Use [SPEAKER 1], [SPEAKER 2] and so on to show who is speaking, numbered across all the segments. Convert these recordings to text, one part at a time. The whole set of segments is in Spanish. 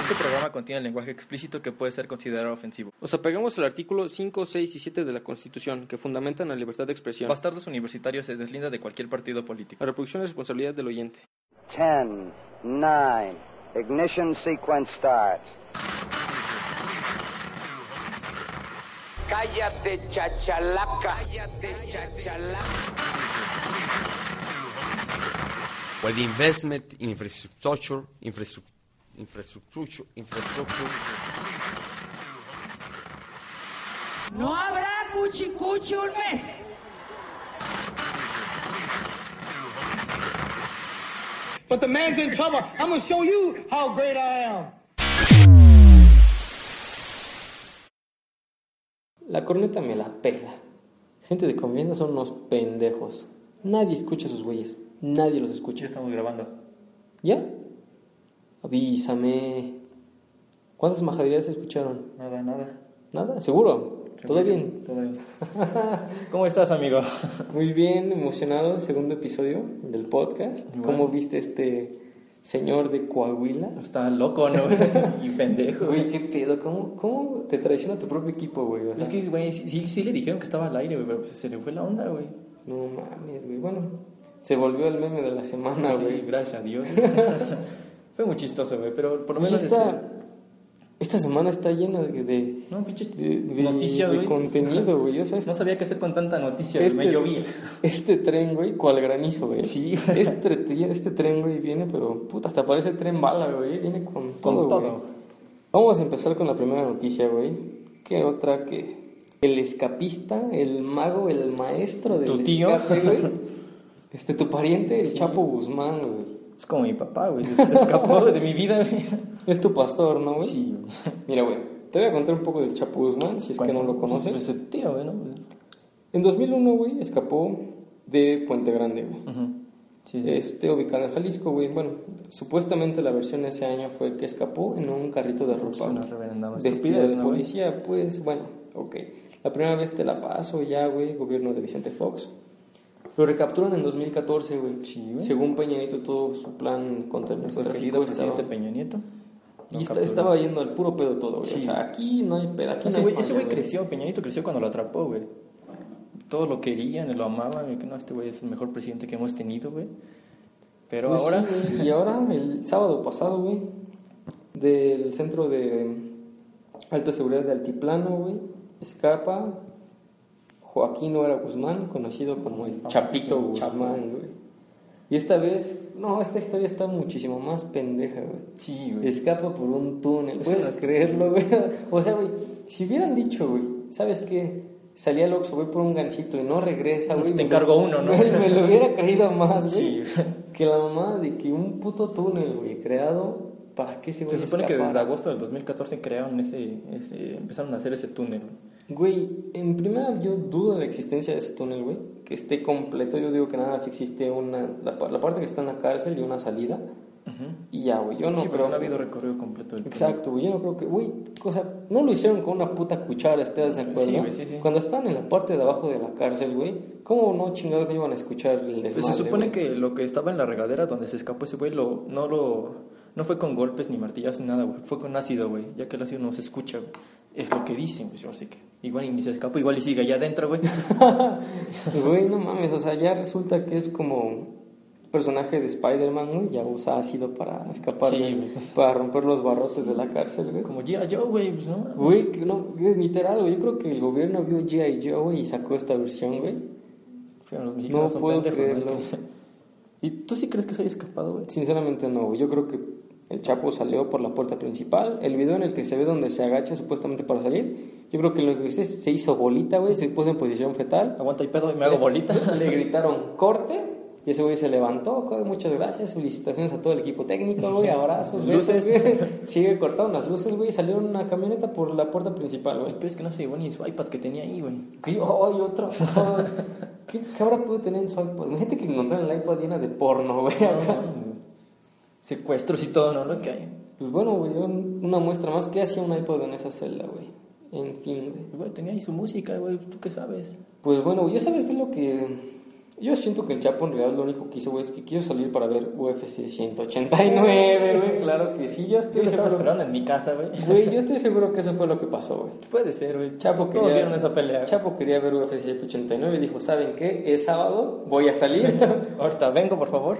[SPEAKER 1] Este programa contiene lenguaje explícito que puede ser considerado ofensivo.
[SPEAKER 2] Os apegamos al artículo 5, 6 y 7 de la Constitución, que fundamentan la libertad de expresión.
[SPEAKER 1] Bastardos Universitarios se deslinda de cualquier partido político.
[SPEAKER 2] La reproducción es responsabilidad del oyente.
[SPEAKER 3] 10, 9, ignition sequence starts.
[SPEAKER 4] Cállate, chachalaca. Cállate, chachalaca.
[SPEAKER 5] where the investment in infrastructure, infrastructure, infrastructure, infrastructure.
[SPEAKER 6] No habrá cuchicuchi un mes.
[SPEAKER 7] But the man's in trouble. I'm gonna show you how great I am.
[SPEAKER 2] La corneta me la pela. Gente de confianza son unos pendejos. Nadie escucha sus güeyes. Nadie los
[SPEAKER 1] Ya
[SPEAKER 2] escucha.
[SPEAKER 1] estamos grabando.
[SPEAKER 2] ¿Ya? Avísame. ¿Cuántas majaderías escucharon?
[SPEAKER 1] Nada, nada.
[SPEAKER 2] ¿Nada? ¿Seguro? ¿Todo bien?
[SPEAKER 1] Todo bien. ¿Cómo estás, amigo?
[SPEAKER 2] Muy bien, emocionado. Segundo episodio del podcast.
[SPEAKER 1] Bueno.
[SPEAKER 2] ¿Cómo viste este señor de Coahuila?
[SPEAKER 1] Está loco, ¿no? y pendejo.
[SPEAKER 2] Güey, qué pedo. ¿Cómo, cómo te traiciona tu propio equipo, güey? O sea,
[SPEAKER 1] Es que, güey, sí, sí, sí le dijeron que estaba al aire, güey, pero pues se le fue la onda, güey.
[SPEAKER 2] No mames, güey. Bueno, se volvió el meme de la semana,
[SPEAKER 1] Sí,
[SPEAKER 2] Ah, güey.
[SPEAKER 1] gracias a Dios. fue muy chistoso, güey, pero por lo
[SPEAKER 2] Y
[SPEAKER 1] menos
[SPEAKER 2] esta,
[SPEAKER 1] este...
[SPEAKER 2] esta semana está llena de, de,
[SPEAKER 1] No, pinches
[SPEAKER 2] de- de-
[SPEAKER 1] noticias,
[SPEAKER 2] de
[SPEAKER 1] güey.
[SPEAKER 2] contenido, güey. O sea,
[SPEAKER 1] No sabía qué hacer con tanta noticia, güey,
[SPEAKER 2] este,
[SPEAKER 1] me llovía.
[SPEAKER 2] este tren, güey, cual granizo, güey.
[SPEAKER 1] Sí.
[SPEAKER 2] Este, tre- este tren, güey, viene, pero puta, hasta parece tren bala, güey. eh, Viene con, todo, güey.
[SPEAKER 1] todo.
[SPEAKER 2] Vamos a empezar con la primera noticia, güey. ¿Qué otra que? El escapista, el mago, el maestro del
[SPEAKER 1] ¿Tu tío?
[SPEAKER 2] escape, güey. Este, tu pariente, el Chapo Guzmán, güey.
[SPEAKER 1] Es como mi papá, güey, se escapó de mi vida, güey.
[SPEAKER 2] Es tu pastor, ¿no, güey?
[SPEAKER 1] Sí, güey.
[SPEAKER 2] Mira, güey, te voy a contar un poco del Chapo Guzmán, si es que no lo conoces.
[SPEAKER 1] Pues, pues, tío, güey, ¿no? Pues,
[SPEAKER 2] En 2001, güey, escapó de Puente Grande, güey.
[SPEAKER 1] ujú. Sí, sí.
[SPEAKER 2] Este, ubicado en Jalisco, güey. Bueno, supuestamente la versión de ese año fue que escapó en un carrito de
[SPEAKER 1] Es
[SPEAKER 2] ropa.
[SPEAKER 1] una
[SPEAKER 2] güey.
[SPEAKER 1] reverenda más
[SPEAKER 2] Vestido
[SPEAKER 1] estupidez,
[SPEAKER 2] de
[SPEAKER 1] ¿no, güey?
[SPEAKER 2] policía, pues, bueno, ok. La primera vez te la paso ya, güey, gobierno de Vicente Fox. Lo recapturan en 2014, güey.
[SPEAKER 1] Sí, güey.
[SPEAKER 2] Según Peña Nieto, todo su plan contra el
[SPEAKER 1] Nuestro
[SPEAKER 2] narcotráfico
[SPEAKER 1] querido
[SPEAKER 2] estaba...
[SPEAKER 1] presidente Peña Nieto.
[SPEAKER 2] Y esta- estaba yendo al puro pedo todo, güey. O
[SPEAKER 1] Sí.
[SPEAKER 2] sea, aquí no hay pedo, aquí
[SPEAKER 1] Ese
[SPEAKER 2] no hay
[SPEAKER 1] güey,
[SPEAKER 2] falla,
[SPEAKER 1] ese güey creció, Peña Nieto creció cuando lo atrapó, güey. Todos lo querían, lo amaban, y que no, este güey es el mejor presidente que hemos tenido, güey. Pero
[SPEAKER 2] Pues
[SPEAKER 1] ahora...
[SPEAKER 2] sí, güey. y ahora, el sábado pasado, güey, del centro de alta seguridad de Altiplano, güey, escapa Joaquín Ora Guzmán, conocido como el Chapito Guzmán, güey. Y esta vez, no, esta historia está muchísimo más pendeja, güey.
[SPEAKER 1] Sí, güey.
[SPEAKER 2] Escapa por un túnel,
[SPEAKER 1] Pues
[SPEAKER 2] puedes creerlo, güey. O sea, güey, si hubieran dicho, güey, ¿sabes qué? Salí al Oxxo, voy por un gancito y no regresa, güey.
[SPEAKER 1] Te
[SPEAKER 2] me-
[SPEAKER 1] encargo uno, ¿no?
[SPEAKER 2] Me, me lo hubiera creído más,
[SPEAKER 1] Sí,
[SPEAKER 2] güey. que la mamá de que un puto túnel, güey, creado para que ese güey
[SPEAKER 1] Se supone que desde
[SPEAKER 2] escapara.
[SPEAKER 1] agosto del 2014 crearon ese, ese- empezaron a hacer ese túnel. güey.
[SPEAKER 2] Güey, en primera yo dudo de la existencia de ese túnel, güey, que esté completo. Yo digo que nada más existe una, la, pa- la parte que está en la cárcel y una salida. Y ya, güey, yo no
[SPEAKER 1] sí,
[SPEAKER 2] creo
[SPEAKER 1] pero no ha
[SPEAKER 2] que-
[SPEAKER 1] habido recorrido completo del túnel.
[SPEAKER 2] Exacto, güey. Yo no creo que, güey, o sea, no lo hicieron con una puta cuchara, ¿estás de acuerdo?
[SPEAKER 1] Sí, güey, sí, sí.
[SPEAKER 2] Cuando estaban en la parte de abajo de la cárcel, güey, ¿cómo no chingados iban a escuchar el desmadre?
[SPEAKER 1] Pues se supone que
[SPEAKER 2] güey?
[SPEAKER 1] lo que estaba en la regadera donde se escapó ese güey lo, no lo no fue con golpes ni martillas ni nada, güey. Fue con ácido, güey. Ya que el ácido no se escucha, güey. Es lo que dicen, güey. Así que igual y ni se escapó, igual y sigue allá adentro, güey.
[SPEAKER 2] Güey, no mames, o sea, ya resulta que es como personaje de Spider-Man, güey, ya usa ácido para escapar,
[SPEAKER 1] Sí,
[SPEAKER 2] güey,
[SPEAKER 1] güey.
[SPEAKER 2] para romper los barrotes de la cárcel, güey.
[SPEAKER 1] Como ya yo, güey, pues no.
[SPEAKER 2] Güey, que no, es literal, güey, yo creo que el gobierno vio G.I. Joe güey, y sacó esta versión, güey.
[SPEAKER 1] Pero los
[SPEAKER 2] No
[SPEAKER 1] mexicanos son
[SPEAKER 2] puedo
[SPEAKER 1] pendejos, ¿no?
[SPEAKER 2] creerlo.
[SPEAKER 1] ¿Y tú sí crees que se haya escapado, güey?
[SPEAKER 2] Sinceramente no, güey. yo creo que el Chapo salió por la puerta principal. El video en el que se ve donde se agacha supuestamente para salir, yo creo que lo que hice es- se hizo bolita, güey, se puso en posición fetal.
[SPEAKER 1] Aguanta y pedo y me hago bolita.
[SPEAKER 2] Le gritaron corte y ese güey se levantó. "Co- Muchas gracias, felicitaciones a todo el equipo técnico, güey, abrazos, besos.
[SPEAKER 1] Luces.
[SPEAKER 2] güey". Sigue cortado unas luces, güey, y salió en una camioneta por la puerta principal, güey.
[SPEAKER 1] Pero es que no se llevó ni su iPad que tenía ahí, güey.
[SPEAKER 2] ¿Qué? Oh, y otro. oh. ¿Qué, qué habrá podido tener en su iPod? Imagínate que encontraron el iPod llena de porno, güey. acá.
[SPEAKER 1] Secuestros y todo, ¿no? Lo que hay.
[SPEAKER 2] Pues bueno, güey, yo- una muestra más. ¿Qué hacía un iPod en esa celda, güey? En fin, güey.
[SPEAKER 1] Güey, tenía ahí su música, güey. ¿Tú qué sabes?
[SPEAKER 2] Pues bueno, güey, ¿ya sabes qué es lo que Yo siento que el Chapo en realidad lo único que hizo, güey, es que quiso salir para ver UFC 189, güey. Claro que sí, yo estoy
[SPEAKER 1] Estoy seguro que
[SPEAKER 2] seguro.
[SPEAKER 1] fueron en mi casa, güey.
[SPEAKER 2] Güey, yo estoy seguro que eso fue lo que pasó, güey.
[SPEAKER 1] Puede ser, güey.
[SPEAKER 2] Chapo
[SPEAKER 1] Todos
[SPEAKER 2] quería,
[SPEAKER 1] vieron esa pelea.
[SPEAKER 2] Chapo quería ver UFC 189 y dijo, ¿saben qué? Es sábado, voy a salir.
[SPEAKER 1] Ahorita vengo, por favor.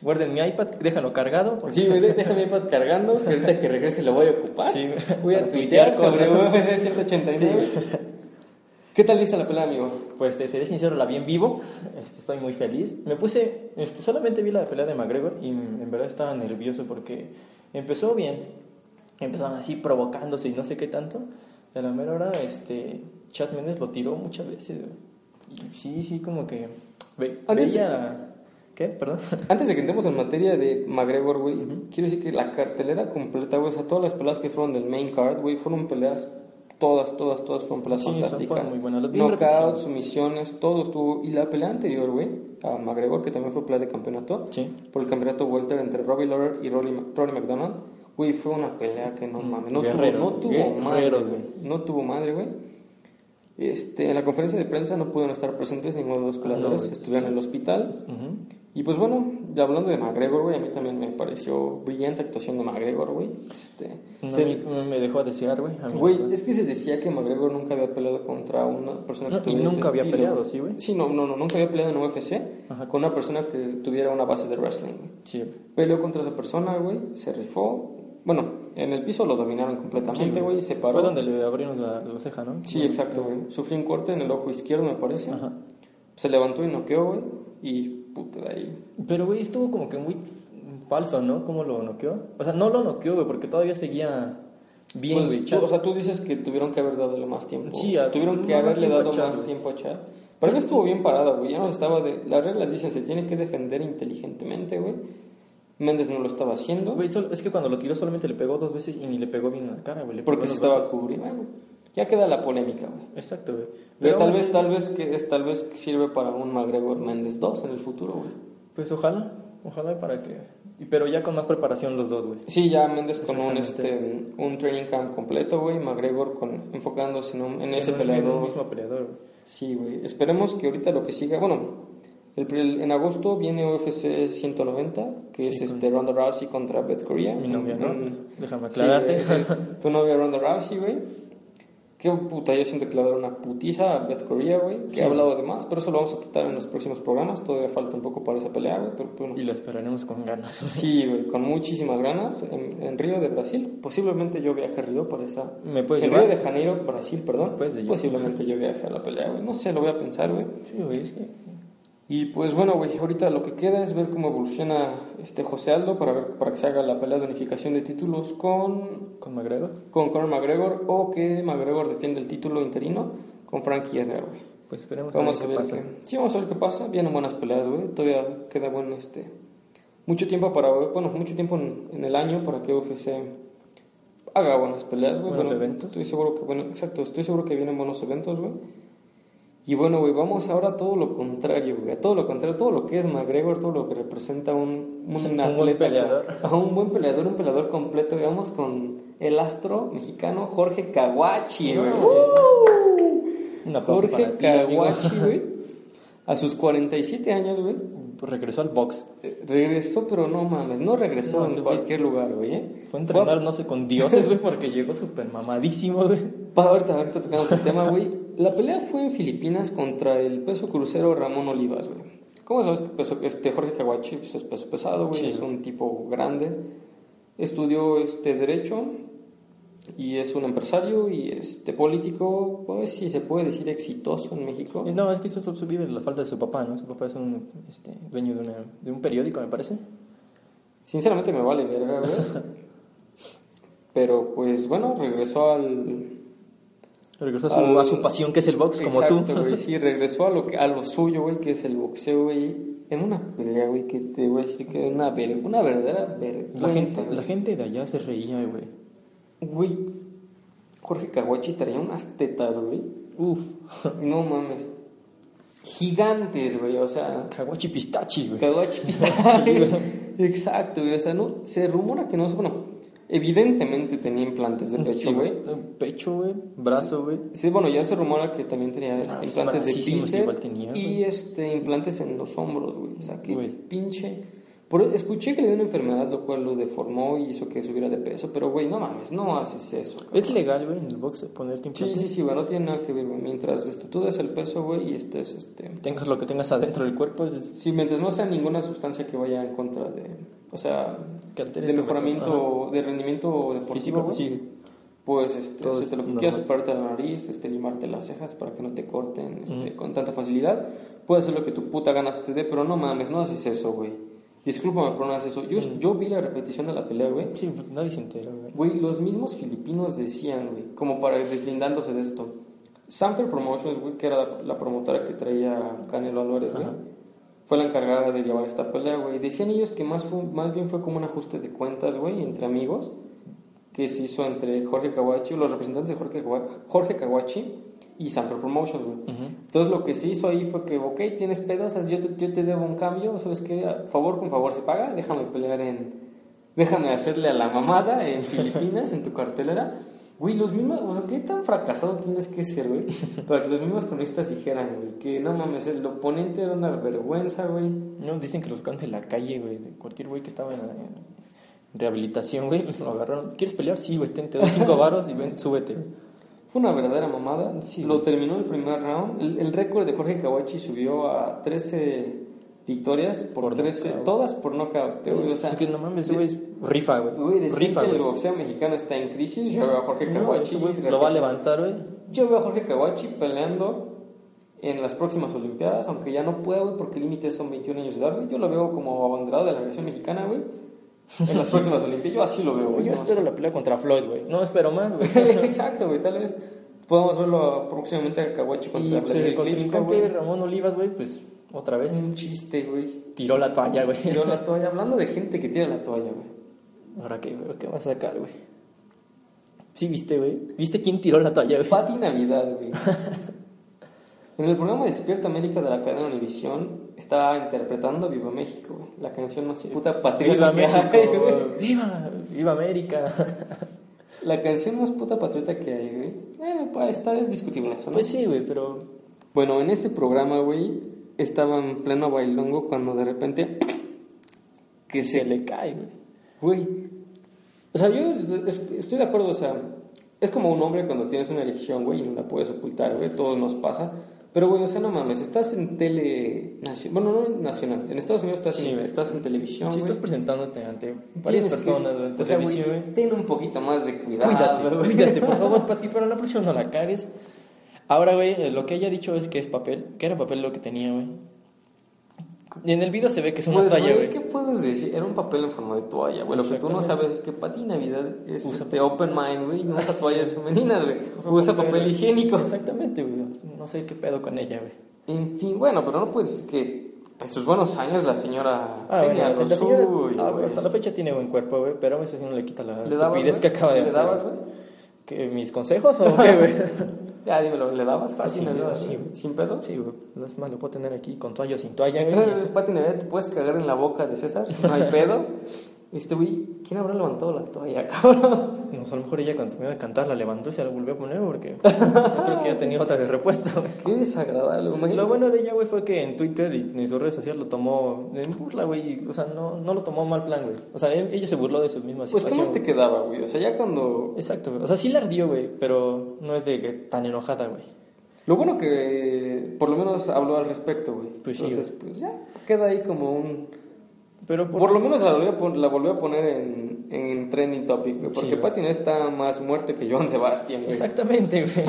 [SPEAKER 1] Guarden mi iPad, déjalo cargado. porque-
[SPEAKER 2] Pues Sí, güey, de- deja mi iPad cargando, que ahorita que regrese lo voy a ocupar.
[SPEAKER 1] Sí,
[SPEAKER 2] voy a
[SPEAKER 1] para
[SPEAKER 2] tuitear
[SPEAKER 1] tuitear
[SPEAKER 2] sobre
[SPEAKER 1] cosas.
[SPEAKER 2] UFC 189. ¿Qué tal viste la pelea, amigo?
[SPEAKER 1] Pues te seré sincero, la vi en vivo, este, estoy muy feliz. Me puse, este, solamente vi la pelea de McGregor y en verdad estaba nervioso porque empezó bien, empezaban así provocándose y no sé qué tanto. Y a la mera hora, este, Chad Mendes lo tiró muchas veces. güey. Y sí, sí, como que ve-
[SPEAKER 2] Antes de-
[SPEAKER 1] veía... ¿Qué? Perdón.
[SPEAKER 2] Antes de que entremos en materia de McGregor, güey, quiero decir que la cartelera completa, güey, o sea, todas las peleas que fueron del main card, güey, fueron peleas, todas, todas, todas fueron peleas
[SPEAKER 1] Sí, son-
[SPEAKER 2] fantásticas.
[SPEAKER 1] fueron muy buenas. Las vi en
[SPEAKER 2] Knockouts,
[SPEAKER 1] repetición.
[SPEAKER 2] sumisiones, todo estuvo. Y la pelea anterior, güey, a McGregor, que también fue pelea de campeonato,
[SPEAKER 1] Sí.
[SPEAKER 2] por el campeonato Welter entre Robbie Lawler y Rolly- Ronnie McDonald, güey, fue una pelea que no mames, no
[SPEAKER 1] Mm, Guerrero,
[SPEAKER 2] tuvo, no tuvo
[SPEAKER 1] guerreros,
[SPEAKER 2] madre,
[SPEAKER 1] güey.
[SPEAKER 2] güey, no tuvo madre, güey. Este, en la conferencia de prensa no pudieron estar presentes ninguno de los peleadores,
[SPEAKER 1] güey.
[SPEAKER 2] estuvieron en el hospital.
[SPEAKER 1] Ah, Ujú.
[SPEAKER 2] Y pues bueno, ya hablando de McGregor, güey, a mí también me pareció brillante actuación de McGregor, güey. Este,
[SPEAKER 1] No,
[SPEAKER 2] se-
[SPEAKER 1] a mí- no me dejó a desear, güey. a mí,
[SPEAKER 2] güey, es que se decía que McGregor nunca había peleado contra una persona que
[SPEAKER 1] No, y
[SPEAKER 2] tuviera ese
[SPEAKER 1] nunca había
[SPEAKER 2] estilo,
[SPEAKER 1] peleado, ¿sí, güey?
[SPEAKER 2] Sí, no, no, no, nunca había peleado en UFC
[SPEAKER 1] Ajá.
[SPEAKER 2] con una persona que tuviera una base de wrestling, güey.
[SPEAKER 1] Sí.
[SPEAKER 2] Peleó contra esa persona, güey, se rifó. Bueno, en el piso lo dominaron completamente, güey, y se paró.
[SPEAKER 1] Fue donde le abrimos la, la ceja, ¿no?
[SPEAKER 2] Sí, exacto, güey. Sufrió un corte en el ojo izquierdo, me parece.
[SPEAKER 1] Ajá.
[SPEAKER 2] Se levantó y noqueó, güey, y puta, de ahí
[SPEAKER 1] Pero, güey, estuvo como que muy falso, ¿no? ¿Cómo lo noqueó? O sea, no lo noqueó, güey, porque todavía seguía bien,
[SPEAKER 2] Pues,
[SPEAKER 1] güey.
[SPEAKER 2] tú-
[SPEAKER 1] Chad.
[SPEAKER 2] o sea, tú dices que tuvieron que haber dado más tiempo.
[SPEAKER 1] Sí, a-
[SPEAKER 2] tuvieron que
[SPEAKER 1] más
[SPEAKER 2] haberle
[SPEAKER 1] tiempo a
[SPEAKER 2] dado
[SPEAKER 1] Chad,
[SPEAKER 2] más
[SPEAKER 1] güey.
[SPEAKER 2] tiempo a Chad. Pero él estuvo bien parado, güey. Ya no estaba de. Las reglas dicen se tiene que defender inteligentemente, güey. Méndez no lo estaba haciendo.
[SPEAKER 1] Güey, solo- es que cuando lo tiró solamente le pegó dos veces y ni le pegó bien en la cara, güey. le pegó
[SPEAKER 2] porque
[SPEAKER 1] en
[SPEAKER 2] se
[SPEAKER 1] los
[SPEAKER 2] estaba
[SPEAKER 1] brazos.
[SPEAKER 2] cubriendo. Bueno, ya queda la polémica, güey.
[SPEAKER 1] Exacto, güey.
[SPEAKER 2] Pero tal
[SPEAKER 1] aún
[SPEAKER 2] vez,
[SPEAKER 1] así,
[SPEAKER 2] tal vez que es, tal vez sirve para un McGregor Méndez 2 en el futuro, güey.
[SPEAKER 1] Pues ojalá, ojalá para que... y- Pero ya con más preparación los dos, güey.
[SPEAKER 2] Sí, ya Méndez con un este
[SPEAKER 1] Exactamente.
[SPEAKER 2] un training camp completo, güey. McGregor con enfocándose en, un- en ese
[SPEAKER 1] En un- en
[SPEAKER 2] peleador.
[SPEAKER 1] un mismo peleador, güey.
[SPEAKER 2] Sí, güey. Esperemos que ahorita lo que siga. Bueno, el, pre- en agosto viene UFC 190, que es este Ronda Rousey contra Beth Korea.
[SPEAKER 1] Mi novia, ¿no? Déjame
[SPEAKER 2] Mm. Sí,
[SPEAKER 1] aclararte.
[SPEAKER 2] güey. tu novia Ronda Rousey, güey. Qué puta, yo siento que le va a dar una putiza a Beth Korea, güey. Que he hablado de más, pero eso lo vamos a tratar en los próximos programas. Todavía falta un poco para esa pelea, güey. Pero pues bueno.
[SPEAKER 1] y lo esperaremos con ganas.
[SPEAKER 2] Sí, güey, con muchísimas ganas. En, en Río de Brasil, posiblemente yo viaje a Río para esa.
[SPEAKER 1] ¿Me puedes
[SPEAKER 2] en
[SPEAKER 1] llevar?
[SPEAKER 2] Río de Janeiro, Brasil, perdón.
[SPEAKER 1] puedes llevar?
[SPEAKER 2] posiblemente yo viaje a la pelea, güey. No sé, lo voy a pensar, güey.
[SPEAKER 1] Sí, güey, es que...
[SPEAKER 2] Y pues bueno, güey, ahorita lo que queda es ver cómo evoluciona este José Aldo para, ver, para que se haga la pelea de unificación de títulos con,
[SPEAKER 1] Con McGregor.
[SPEAKER 2] con Conor McGregor o que McGregor defienda el título interino con Frankie Edgar, güey.
[SPEAKER 1] Pues esperemos
[SPEAKER 2] Vamos a
[SPEAKER 1] qué
[SPEAKER 2] ver
[SPEAKER 1] pasa.
[SPEAKER 2] qué- Sí, vamos a ver qué pasa. Vienen buenas peleas, güey. Todavía queda buen este mucho tiempo para bueno, mucho tiempo en, en el año para que UFC haga buenas peleas, güey.
[SPEAKER 1] Buenos
[SPEAKER 2] Bueno,
[SPEAKER 1] eventos.
[SPEAKER 2] Estoy seguro que bueno, exacto, estoy seguro que vienen buenos eventos, güey. Y bueno, güey, vamos ahora a todo lo contrario, güey. A todo lo contrario, todo lo que es McGregor, todo lo que representa un, un,
[SPEAKER 1] Sí, un
[SPEAKER 2] atleta.
[SPEAKER 1] buen peleador.
[SPEAKER 2] A un buen peleador, un peleador completo, güey. Vamos con el astro mexicano Jorge Kawachi, güey.
[SPEAKER 1] Un aplauso
[SPEAKER 2] Jorge
[SPEAKER 1] para ti, amigo.
[SPEAKER 2] Kawachi, güey. A sus 47 años, güey.
[SPEAKER 1] Regresó al box.
[SPEAKER 2] eh, Regresó, pero no mames, no regresó
[SPEAKER 1] No,
[SPEAKER 2] en
[SPEAKER 1] se fue.
[SPEAKER 2] cualquier lugar, güey. ¿eh?
[SPEAKER 1] Fue a entrenar,
[SPEAKER 2] a-
[SPEAKER 1] no sé, con dioses, güey, porque llegó súper mamadísimo, güey.
[SPEAKER 2] pa- ahorita, ahorita tocamos el tema, güey. La pelea fue en Filipinas contra el peso crucero Ramón Olivas, güey. ¿Cómo sabes que peso- este Jorge Kawachi pues, es peso pesado, güey?
[SPEAKER 1] Sí.
[SPEAKER 2] Es un tipo grande. Estudió este derecho y es un empresario y este político, pues si se puede decir exitoso en México.
[SPEAKER 1] Y no, es que eso subvive la falta de su papá, ¿no? Su papá es un este, dueño de, una- de un periódico, me parece.
[SPEAKER 2] Sinceramente me vale verga, güey. Pero pues bueno, regresó al.
[SPEAKER 1] Regresó a su,
[SPEAKER 2] al-
[SPEAKER 1] a su pasión, que es el box, como tú.
[SPEAKER 2] Exacto, güey, sí, regresó a lo, que, a lo suyo, güey, que es el boxeo, güey. En una pelea, güey, que te voy a decir que es una, ver- una verdadera vergüenza.
[SPEAKER 1] La gente, la
[SPEAKER 2] güey.
[SPEAKER 1] gente de allá se reía, güey.
[SPEAKER 2] Güey, Jorge Kawachi traía unas tetas, güey.
[SPEAKER 1] Uf,
[SPEAKER 2] No mames. Gigantes, güey, o sea.
[SPEAKER 1] Kawachi Pistachi, güey.
[SPEAKER 2] Kawachi Exacto, güey. O sea, no, se rumora que no es. Bueno, Evidentemente tenía implantes de pecho,
[SPEAKER 1] Sí,
[SPEAKER 2] güey.
[SPEAKER 1] Pecho, güey. Brazo, güey.
[SPEAKER 2] Sí, bueno, ya se rumora que también tenía este,
[SPEAKER 1] los
[SPEAKER 2] implantes de
[SPEAKER 1] malasísimos Ah, igual
[SPEAKER 2] bíceps
[SPEAKER 1] tenía,
[SPEAKER 2] y
[SPEAKER 1] güey.
[SPEAKER 2] este implantes en los hombros, güey. O sea, qué
[SPEAKER 1] Güey.
[SPEAKER 2] pinche. Por- escuché que le dio una enfermedad, lo cual lo deformó y hizo que subiera de peso, pero güey, no mames, no haces eso. cabrón.
[SPEAKER 1] Es legal, güey, en el box ponerte
[SPEAKER 2] Sí,
[SPEAKER 1] implantes.
[SPEAKER 2] sí, sí, güey, no tiene nada que ver, güey. Mientras este, tú des el peso, güey, y estés, este.
[SPEAKER 1] Tengas lo que tengas adentro del cuerpo. es-
[SPEAKER 2] Si mientras no sea ninguna sustancia que vaya en contra de. O sea,
[SPEAKER 1] Que altere
[SPEAKER 2] de
[SPEAKER 1] tu
[SPEAKER 2] mejoramiento, de rendimiento
[SPEAKER 1] Físico,
[SPEAKER 2] deportivo, güey.
[SPEAKER 1] sí.
[SPEAKER 2] Pues este,
[SPEAKER 1] Todo
[SPEAKER 2] si
[SPEAKER 1] es
[SPEAKER 2] te lo
[SPEAKER 1] normal.
[SPEAKER 2] quieras operarte la nariz, este, limarte las cejas para que no te corten este, con tanta facilidad, puedes hacer lo que tu puta ganas te dé, pero no mames, no haces eso, güey. Discúlpame, pero no haces eso. Yo, yo vi la repetición de la pelea, güey.
[SPEAKER 1] Sí, nadie se entera, güey.
[SPEAKER 2] Güey, los mismos filipinos decían, güey, como para ir deslindándose de esto. Sanfer Promotions, güey, que era la, la promotora que traía Canelo Álvarez, güey, fue la encargada de llevar esta pelea, güey. Decían ellos que más, fue- más bien fue como un ajuste de cuentas, güey, entre amigos, que se hizo entre Jorge Kawachi, los representantes de Jorge, Kawa- Jorge Kawachi y Sanfer Promotions, güey. Entonces lo que se hizo ahí fue que, ok, tienes pedazas, yo te, yo te debo un cambio, ¿sabes qué? A Favor con favor se paga, déjame pelear en... Déjame hacerle a la mamada en Filipinas, en tu cartelera. Güey, los mismos, o sea, ¿qué tan fracasado tienes que ser, güey? Para que los mismos cronistas dijeran, güey, que no mames, el oponente era una vergüenza, güey.
[SPEAKER 1] No, dicen que los caen de la calle, güey. de Cualquier güey que estaba en, la- en rehabilitación, güey, lo agarraron. ¿Quieres pelear? Sí, güey, ten- te doy cinco varos y ven, súbete.
[SPEAKER 2] Fue una verdadera mamada.
[SPEAKER 1] Sí.
[SPEAKER 2] Lo terminó el primer round. El, el récord de Jorge Kawachi subió a 13 victorias por,
[SPEAKER 1] Por
[SPEAKER 2] 13,
[SPEAKER 1] nocaut.
[SPEAKER 2] todas por nocaut, güey. O sea,
[SPEAKER 1] es que no mames,
[SPEAKER 2] de-
[SPEAKER 1] güey, es rifa, güey.
[SPEAKER 2] Güey, decir
[SPEAKER 1] rifa,
[SPEAKER 2] que el
[SPEAKER 1] güey.
[SPEAKER 2] boxeo mexicano está en crisis, yo veo a Jorge
[SPEAKER 1] No,
[SPEAKER 2] Kawachi.
[SPEAKER 1] ese güey lo va a levantar, güey.
[SPEAKER 2] Yo veo a Jorge Kawachi peleando en las próximas Olimpiadas, aunque ya no pueda, güey, porque el límite son 21 años de edad, güey. Yo lo veo como abanderado de la nación mexicana, güey. En las próximas Olimpiadas, yo así lo veo, güey.
[SPEAKER 1] Yo
[SPEAKER 2] no
[SPEAKER 1] espero la pelea contra Floyd, güey. No espero más, güey.
[SPEAKER 2] sé. Exacto, güey, tal vez podamos verlo próximamente a Kawachi
[SPEAKER 1] Y
[SPEAKER 2] contra
[SPEAKER 1] pues, el
[SPEAKER 2] Vladimir Klitschko,
[SPEAKER 1] contrincante
[SPEAKER 2] güey.
[SPEAKER 1] Ramón Olivas, güey, pues otra vez
[SPEAKER 2] Un chiste, güey.
[SPEAKER 1] tiró la toalla, güey.
[SPEAKER 2] Tiró la toalla. Hablando de gente que tira la toalla, güey.
[SPEAKER 1] Ahora qué, güey, ¿qué vas a sacar, güey? Sí, viste, güey. ¿Viste quién tiró la toalla, güey?
[SPEAKER 2] Pati Navidad, güey. En el programa Despierta América de la cadena Univisión estaba interpretando Viva México, güey. La canción más puta patriota
[SPEAKER 1] ¡Viva
[SPEAKER 2] que hay,
[SPEAKER 1] México!
[SPEAKER 2] güey.
[SPEAKER 1] güey. ¡Viva! ¡Viva América!
[SPEAKER 2] La canción más puta patriota que hay, güey. Eh, pues está es discutible eso, ¿no?
[SPEAKER 1] Pues sí, güey, pero
[SPEAKER 2] Bueno, en ese programa, güey, estaba en pleno bailongo cuando de repente que se le cae, güey. Güey. O sea, yo es- estoy de acuerdo, o sea, es como un hombre cuando tienes una elección, güey, y no la puedes ocultar, güey, todo nos pasa. Pero, güey, o sea, no mames, estás en tele... nacio- Bueno, no en nacional, en Estados Unidos estás,
[SPEAKER 1] Sí,
[SPEAKER 2] en,
[SPEAKER 1] güey.
[SPEAKER 2] estás en televisión,
[SPEAKER 1] si
[SPEAKER 2] güey.
[SPEAKER 1] estás presentándote ante varias
[SPEAKER 2] Tienes que-
[SPEAKER 1] personas, güey, en
[SPEAKER 2] o sea, güey,
[SPEAKER 1] televisión, güey.
[SPEAKER 2] Ten un poquito más de cuidado,
[SPEAKER 1] Cuídate,
[SPEAKER 2] güey.
[SPEAKER 1] cuídate, por favor, para ti, para la próxima no la cagues. Ahora, güey, eh, lo que ella ha dicho es que es papel. Que era papel lo que tenía, güey. Y En el video se ve que es una
[SPEAKER 2] Pues,
[SPEAKER 1] toalla,
[SPEAKER 2] güey,
[SPEAKER 1] güey.
[SPEAKER 2] ¿qué puedes decir? Era un papel en forma de toalla, güey. Lo que tú no
[SPEAKER 1] Exactamente.
[SPEAKER 2] sabes es que para ti Navidad es
[SPEAKER 1] Usa
[SPEAKER 2] este open mind, güey. No usa toallas femeninas, güey. Usa papel higiénico.
[SPEAKER 1] Exactamente, güey. No sé qué pedo con ella, güey.
[SPEAKER 2] En fin, bueno, pero no puedes decir que en sus buenos años la señora
[SPEAKER 1] Ah,
[SPEAKER 2] tenía
[SPEAKER 1] bueno,
[SPEAKER 2] lo
[SPEAKER 1] la señora-
[SPEAKER 2] suyo,
[SPEAKER 1] ah,
[SPEAKER 2] güey.
[SPEAKER 1] hasta la fecha tiene buen cuerpo, güey, pero eso sí no le quita la
[SPEAKER 2] ¿Le dabas,
[SPEAKER 1] estupidez
[SPEAKER 2] güey?
[SPEAKER 1] que acaba de
[SPEAKER 2] ¿Le
[SPEAKER 1] hacer.
[SPEAKER 2] dabas, güey?
[SPEAKER 1] ¿Qué, ¿Mis consejos o qué, güey?
[SPEAKER 2] Ya, dímelo, ¿le dabas?
[SPEAKER 1] Fácil,
[SPEAKER 2] Fácil, ¿le
[SPEAKER 1] güey,
[SPEAKER 2] dabas?
[SPEAKER 1] sí, güey.
[SPEAKER 2] ¿Sin pedo?
[SPEAKER 1] sí, güey. No es más, lo puedo tener aquí con toalla o sin toalla,
[SPEAKER 2] Eh,
[SPEAKER 1] güey.
[SPEAKER 2] Pati Navidad, te puedes cagar en la boca de César, no hay pedo. Este güey, ¿quién habrá levantado la toalla, cabrón?
[SPEAKER 1] No, a lo mejor ella cuando terminó de cantar la levantó y se la volvió a poner porque yo creo que ya tenía otra de repuesto, güey.
[SPEAKER 2] Qué desagradable, güey.
[SPEAKER 1] Lo bueno de ella, güey, fue que en Twitter y en sus redes sociales lo tomó en burla, güey. y, O sea, no, no lo tomó mal plan, güey. O sea, él- ella se burló de su misma
[SPEAKER 2] Pues,
[SPEAKER 1] situación.
[SPEAKER 2] ¿qué más te quedaba, güey? O sea, ya cuando
[SPEAKER 1] Exacto, güey. O sea, sí la ardió, güey, pero no es de que tan enojada, güey.
[SPEAKER 2] Lo bueno que por lo menos habló al respecto, güey.
[SPEAKER 1] Pues sí,
[SPEAKER 2] Entonces, pues ya queda ahí como un...
[SPEAKER 1] Pero por,
[SPEAKER 2] Por lo menos la volvió a, pon- la volvió a poner en, en trending topic, güey. Porque
[SPEAKER 1] Sí, güey.
[SPEAKER 2] Patina está más muerte que Joan Sebastián, güey.
[SPEAKER 1] Exactamente, güey.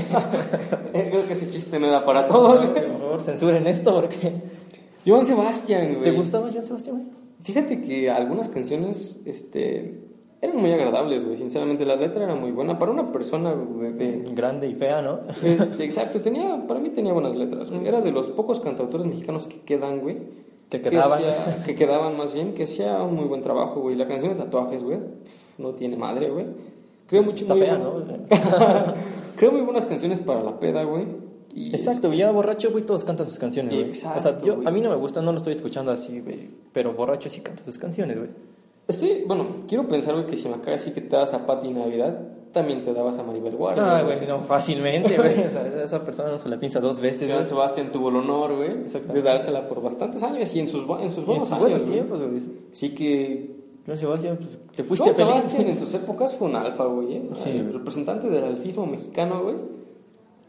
[SPEAKER 2] Creo que ese chiste no era para todos,
[SPEAKER 1] Por
[SPEAKER 2] güey.
[SPEAKER 1] favor, censuren esto porque...
[SPEAKER 2] Joan Sebastián, güey.
[SPEAKER 1] ¿Te gustaba John Sebastián, güey?
[SPEAKER 2] Fíjate que algunas canciones, este... Eran muy agradables, güey. Sinceramente, la letra era muy buena. Para una persona güey, de...
[SPEAKER 1] Grande y fea, ¿no?
[SPEAKER 2] Este, exacto, tenía, para mí tenía buenas letras. güey. Era de los pocos cantautores mexicanos que quedan, güey.
[SPEAKER 1] Que quedaban.
[SPEAKER 2] hacía- Que, quedaban más bien, que hacía un muy buen trabajo, güey. La canción de tatuajes, güey, pf, no tiene madre, güey. Creo mucho
[SPEAKER 1] Está
[SPEAKER 2] muy
[SPEAKER 1] fea,
[SPEAKER 2] bu-
[SPEAKER 1] ¿no?
[SPEAKER 2] Creo muy buenas canciones para la peda, güey. Y-
[SPEAKER 1] Exacto, güey, ya borracho, güey, todos cantan sus canciones, güey.
[SPEAKER 2] Exacto,
[SPEAKER 1] o sea, yo,
[SPEAKER 2] güey.
[SPEAKER 1] a mí no me gusta, no lo estoy escuchando así, güey. Pero borracho sí canta sus canciones, güey.
[SPEAKER 2] Estoy, bueno, quiero pensar güey, que si Macaya sí que te dabas a Pati Navidad, también te dabas a Maribel Guardia.
[SPEAKER 1] Ah, güey, no, fácilmente, güey. O sea, esa persona no se la piensa dos veces,
[SPEAKER 2] Joan
[SPEAKER 1] güey.
[SPEAKER 2] Sebastián tuvo el honor, güey, de dársela por bastantes años y en sus, bu- en sus
[SPEAKER 1] En
[SPEAKER 2] buenos
[SPEAKER 1] sus
[SPEAKER 2] años,
[SPEAKER 1] buenos
[SPEAKER 2] güey.
[SPEAKER 1] tiempos, güey.
[SPEAKER 2] Sí que
[SPEAKER 1] No, Sebastián, pues te fuiste
[SPEAKER 2] Joan
[SPEAKER 1] feliz.
[SPEAKER 2] Sebastián en sus épocas fue un alfa, güey. ¿eh?
[SPEAKER 1] Sí.
[SPEAKER 2] El representante del alfismo mexicano, güey.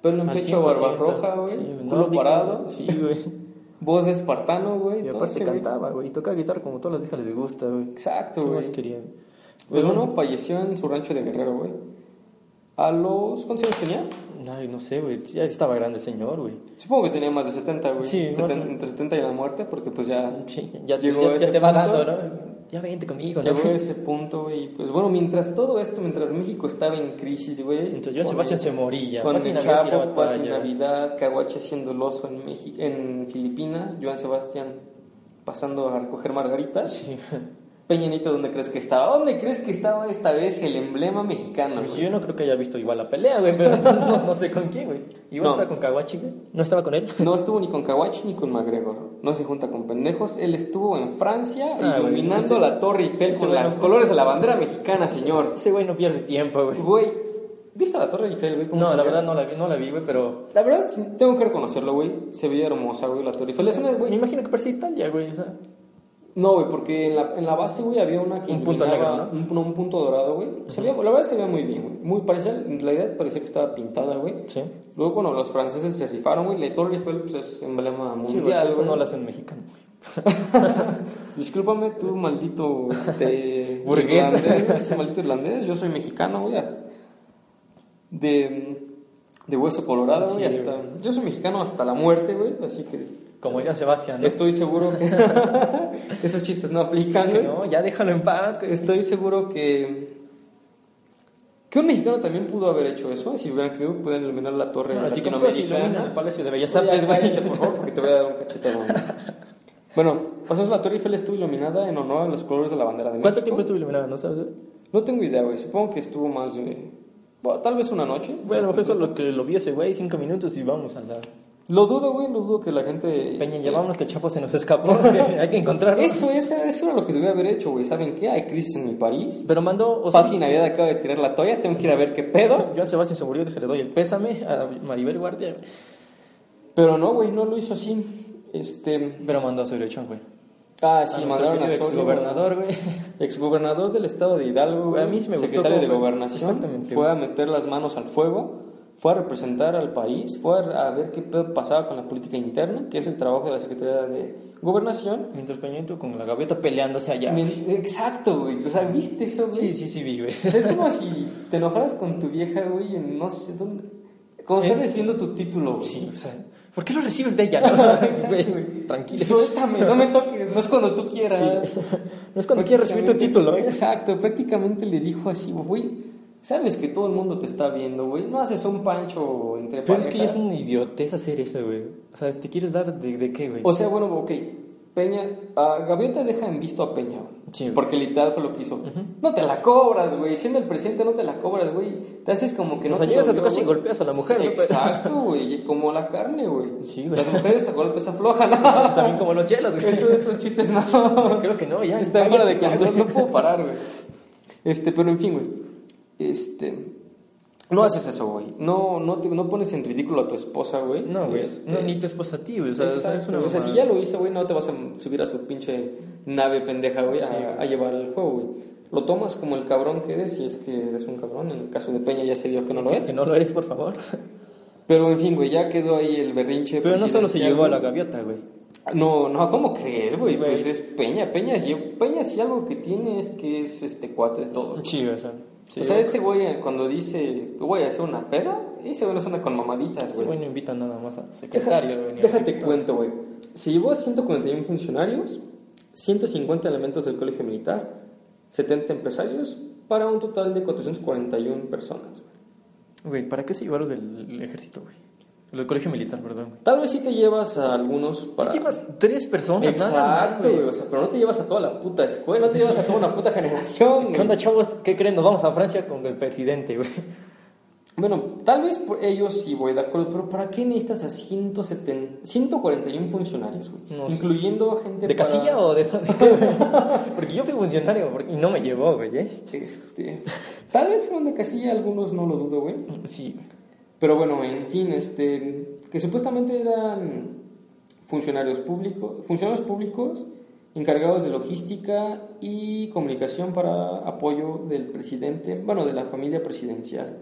[SPEAKER 2] Pelo en
[SPEAKER 1] Al
[SPEAKER 2] pecho,
[SPEAKER 1] 100%.
[SPEAKER 2] barbarroja, güey.
[SPEAKER 1] Sí,
[SPEAKER 2] culo
[SPEAKER 1] nórdico,
[SPEAKER 2] parado.
[SPEAKER 1] Sí, güey.
[SPEAKER 2] Voz de espartano, güey.
[SPEAKER 1] Y
[SPEAKER 2] todo
[SPEAKER 1] aparte
[SPEAKER 2] ese, güey.
[SPEAKER 1] cantaba, güey. Y tocaba guitarra como todas las viejas les gusta, güey.
[SPEAKER 2] Exacto,
[SPEAKER 1] ¿Qué
[SPEAKER 2] güey.
[SPEAKER 1] más querían?
[SPEAKER 2] Pues bueno, falleció en su rancho de Guerrero, güey. ¿A los cuántos años tenía?
[SPEAKER 1] Ay, no sé, güey. Ya estaba grande el señor, güey.
[SPEAKER 2] Supongo que tenía más de 70, güey.
[SPEAKER 1] Sí, más o
[SPEAKER 2] Seten-
[SPEAKER 1] menos.
[SPEAKER 2] entre 70 y la muerte, porque pues ya
[SPEAKER 1] Sí, ya,
[SPEAKER 2] Llegó
[SPEAKER 1] ya- ya
[SPEAKER 2] ese
[SPEAKER 1] te va
[SPEAKER 2] punto.
[SPEAKER 1] dando, ¿no? Ya vente conmigo, ¿no?
[SPEAKER 2] llegó a ese punto, güey. y, Pues bueno, mientras todo esto, mientras México estaba en crisis, güey.
[SPEAKER 1] Entonces yo,
[SPEAKER 2] con- este
[SPEAKER 1] Sebastián se moría.
[SPEAKER 2] Con
[SPEAKER 1] Pati
[SPEAKER 2] el
[SPEAKER 1] Navidad tiraba
[SPEAKER 2] Chapo, Pati
[SPEAKER 1] toalla.
[SPEAKER 2] Navidad, Caguache siendo el oso en, México, en Filipinas, Joan Sebastián pasando a recoger margaritas.
[SPEAKER 1] Sí.
[SPEAKER 2] Peñanito, ¿dónde crees que estaba? ¿Dónde crees que estaba esta vez el emblema mexicano?
[SPEAKER 1] Pues
[SPEAKER 2] güey?
[SPEAKER 1] yo no creo que haya visto igual la pelea, güey, pero no, no sé con quién, güey. Igual
[SPEAKER 2] No.
[SPEAKER 1] estaba con Kawachi, güey. ¿No estaba con él?
[SPEAKER 2] No estuvo ni con Kawachi ni con McGregor. No se junta con pendejos. Él estuvo en Francia
[SPEAKER 1] Ah, güey,
[SPEAKER 2] iluminando
[SPEAKER 1] ese-
[SPEAKER 2] la Torre Eiffel
[SPEAKER 1] ese
[SPEAKER 2] con
[SPEAKER 1] güey
[SPEAKER 2] los
[SPEAKER 1] no-
[SPEAKER 2] colores de la bandera mexicana, señor.
[SPEAKER 1] Ese güey no pierde tiempo, güey.
[SPEAKER 2] Güey, ¿viste la Torre Eiffel, güey? ¿Cómo
[SPEAKER 1] No,
[SPEAKER 2] se
[SPEAKER 1] la
[SPEAKER 2] ve?
[SPEAKER 1] verdad no la vi, no la vi, güey, pero...
[SPEAKER 2] La verdad, sí, tengo que reconocerlo, güey. Se veía hermosa, güey, la Torre Eiffel. Es una,
[SPEAKER 1] Me
[SPEAKER 2] güey.
[SPEAKER 1] imagino que parece Italia, güey, o sea...
[SPEAKER 2] No, güey, porque en la, en la base, güey, había una que
[SPEAKER 1] Un punto
[SPEAKER 2] iluminaba
[SPEAKER 1] negro, ¿no?
[SPEAKER 2] Un, no, un punto dorado, güey. Se veía- La verdad se veía muy bien, güey. Muy parecía, en realidad parecía que estaba pintada, güey.
[SPEAKER 1] Sí.
[SPEAKER 2] Luego, bueno, los franceses se rifaron, güey. La Torre Eiffel, pues, es emblema
[SPEAKER 1] Sí, güey,
[SPEAKER 2] mundial,
[SPEAKER 1] eso
[SPEAKER 2] güey.
[SPEAKER 1] no lo hacen mexicano, güey.
[SPEAKER 2] Discúlpame tú, maldito este,
[SPEAKER 1] Burgués.
[SPEAKER 2] irlandés, sí, maldito irlandés, yo soy mexicano, güey. hasta- De, de hueso colorado, güey.
[SPEAKER 1] Sí,
[SPEAKER 2] hasta- yo soy mexicano hasta la muerte, güey. Así que
[SPEAKER 1] Como Joan Sebastián, Ah, ¿no?
[SPEAKER 2] estoy seguro que esos chistes no aplican,
[SPEAKER 1] Que
[SPEAKER 2] güey.
[SPEAKER 1] no, ya déjalo en paz, güey.
[SPEAKER 2] Estoy seguro que que un mexicano también pudo haber hecho eso. Si hubieran querido, pueden iluminar la torre
[SPEAKER 1] Bueno, así como si ilumina
[SPEAKER 2] latinoamericana.
[SPEAKER 1] el Palacio de Bellas
[SPEAKER 2] Oye,
[SPEAKER 1] Artes,
[SPEAKER 2] cállate,
[SPEAKER 1] güey.
[SPEAKER 2] por favor, porque te voy a dar un cachetado. güey. bueno, pasamos a la Torre Eiffel, estuvo iluminada en honor a los colores de la bandera de
[SPEAKER 1] ¿Cuánto
[SPEAKER 2] México.
[SPEAKER 1] tiempo estuvo iluminado, no sabes, güey?
[SPEAKER 2] No tengo idea, güey. Supongo que estuvo más de... bueno, tal vez una noche.
[SPEAKER 1] Bueno, a lo mejor eso es lo que lo vio ese güey, cinco minutos y vamos a andar.
[SPEAKER 2] Lo dudo, güey. Lo dudo que la gente...
[SPEAKER 1] Peña, ya vámonos que el Chapo se nos escapó, güey. hay que encontrarlo.
[SPEAKER 2] Eso, eso, eso era lo que debía haber hecho, güey. ¿Saben qué? Hay crisis en mi país.
[SPEAKER 1] Pero mandó, o sea,
[SPEAKER 2] Pati Navidad acaba de tirar la toalla. Tengo que ir a ver qué pedo.
[SPEAKER 1] Joan Sebastián se murió, dije, le doy el pésame a Maribel Guardia.
[SPEAKER 2] Pero no, güey. No lo hizo así. Este...
[SPEAKER 1] Pero mandó a Soriochón, güey.
[SPEAKER 2] Ah,
[SPEAKER 1] A
[SPEAKER 2] sí,
[SPEAKER 1] nuestro
[SPEAKER 2] mandaron a
[SPEAKER 1] querido
[SPEAKER 2] Osorio,
[SPEAKER 1] exgobernador, güey.
[SPEAKER 2] Exgobernador del estado de Hidalgo, güey,
[SPEAKER 1] A mí sí me gustó
[SPEAKER 2] secretario
[SPEAKER 1] cómo
[SPEAKER 2] de
[SPEAKER 1] fue.
[SPEAKER 2] Gobernación,
[SPEAKER 1] Exactamente,
[SPEAKER 2] fue a
[SPEAKER 1] güey.
[SPEAKER 2] meter las manos al fuego, fue a representar al país, fue a a ver qué pedo pasaba con la política interna, que es el trabajo de la Secretaría de Gobernación.
[SPEAKER 1] Mientras Peñito con la gaveta peleándose allá.
[SPEAKER 2] Me- Exacto, güey, o sea, ¿viste eso,
[SPEAKER 1] Sí,
[SPEAKER 2] güey?
[SPEAKER 1] sí, sí, vi, güey.
[SPEAKER 2] O sea, es como si te enojaras con tu vieja, güey, en no sé dónde. Como
[SPEAKER 1] Eh,
[SPEAKER 2] estás recibiendo tu título, güey.
[SPEAKER 1] Sí, o sea, ¿por qué lo recibes de ella? no? Güey, güey, tranquilo.
[SPEAKER 2] Suéltame, no me toques, no es cuando tú quieras.
[SPEAKER 1] Sí. No es cuando quieres recibir tu título, ¿eh?
[SPEAKER 2] Exacto, prácticamente le dijo así, güey. Sabes que todo el mundo te está viendo, güey. No haces un pancho entre
[SPEAKER 1] Pero es que ya
[SPEAKER 2] parejas.
[SPEAKER 1] es una idiotez hacer eso, güey. O sea, ¿te quieres dar de, de qué, güey?
[SPEAKER 2] O sea, bueno, ok. Peña, a Gaviota deja en visto a Peña, güey.
[SPEAKER 1] Sí, güey.
[SPEAKER 2] Porque literal fue lo que hizo. No te la cobras, güey. Siendo el presidente, no te la cobras, güey. Te haces como que
[SPEAKER 1] O
[SPEAKER 2] no
[SPEAKER 1] sea,
[SPEAKER 2] te
[SPEAKER 1] llegas a tu
[SPEAKER 2] dolió,
[SPEAKER 1] casa y
[SPEAKER 2] güey.
[SPEAKER 1] golpeas a la mujer,
[SPEAKER 2] Sí,
[SPEAKER 1] ¿no?
[SPEAKER 2] Exacto, güey. Como la carne, güey.
[SPEAKER 1] Sí, güey.
[SPEAKER 2] Las mujeres a golpes aflojan. También
[SPEAKER 1] También como los hielos, güey.
[SPEAKER 2] Estos, estos chistes no.
[SPEAKER 1] Creo que no, ya,
[SPEAKER 2] Está
[SPEAKER 1] cállate,
[SPEAKER 2] fuera de
[SPEAKER 1] ya,
[SPEAKER 2] control, no
[SPEAKER 1] güey.
[SPEAKER 2] puedo parar, güey. Este, pero en fin, güey. Este. No haces eso, güey. No, no, te- no pones en ridículo a tu esposa, güey.
[SPEAKER 1] No, güey.
[SPEAKER 2] Este,
[SPEAKER 1] No, ni tu esposa a ti, güey. O sea,
[SPEAKER 2] exacto,
[SPEAKER 1] es una
[SPEAKER 2] güey. O sea, si
[SPEAKER 1] mamada.
[SPEAKER 2] ya lo hizo, güey, no te vas a subir a su pinche nave pendeja, güey, a, a llevar el juego, güey. Lo tomas como el cabrón que eres, si es que eres un cabrón. En el caso de Peña ya se vio que no lo es.
[SPEAKER 1] Si no lo eres, por favor.
[SPEAKER 2] Pero en fin, güey, ya quedó ahí el berrinche.
[SPEAKER 1] Pero no solo se
[SPEAKER 2] presidencial,
[SPEAKER 1] llevó a
[SPEAKER 2] güey.
[SPEAKER 1] la gaviota, güey.
[SPEAKER 2] No, no, ¿cómo crees, güey?
[SPEAKER 1] Sí, güey.
[SPEAKER 2] Pues es Peña, Peña, lle- Peña sí algo que tiene es que es este cuate de todo.
[SPEAKER 1] Sí, güey, o sea. sí,
[SPEAKER 2] o sea, ese güey eh, cuando dice, voy a hacer una peda, ese güey no se anda con mamaditas,
[SPEAKER 1] ese
[SPEAKER 2] güey.
[SPEAKER 1] güey no invita nada más al
[SPEAKER 2] Deja-
[SPEAKER 1] secretario, güey. ni a
[SPEAKER 2] déjate
[SPEAKER 1] diputados.
[SPEAKER 2] cuento, güey. Se llevó a 141 funcionarios, 150 elementos del colegio militar, 70 empresarios, para un total de 441 personas. güey.
[SPEAKER 1] Güey, ¿para qué se llevaron del ejército, güey? Del colegio militar, perdón, güey.
[SPEAKER 2] Tal vez sí te llevas a algunos para...
[SPEAKER 1] ¿Te llevas tres personas? nada más,
[SPEAKER 2] Exacto, güey. O sea, pero no te llevas a toda la puta escuela, no te llevas a toda una puta generación.
[SPEAKER 1] ¿Qué
[SPEAKER 2] güey.
[SPEAKER 1] onda, chavos? ¿Qué creen? Nos vamos a Francia con el presidente, güey.
[SPEAKER 2] Bueno, tal vez por ellos sí voy de acuerdo, pero ¿para qué necesitas a 170, 141 funcionarios, güey?
[SPEAKER 1] No sé.
[SPEAKER 2] Incluyendo gente
[SPEAKER 1] ¿De
[SPEAKER 2] para-
[SPEAKER 1] casilla o de.? porque yo fui funcionario porque- y no me llevó, güey, ¿eh?
[SPEAKER 2] Este, tal vez fueron de casilla, algunos no lo dudo, güey.
[SPEAKER 1] Sí.
[SPEAKER 2] Pero bueno, en fin, este, que supuestamente eran funcionarios públicos, funcionarios públicos encargados de logística y comunicación para apoyo del presidente, bueno, de la familia presidencial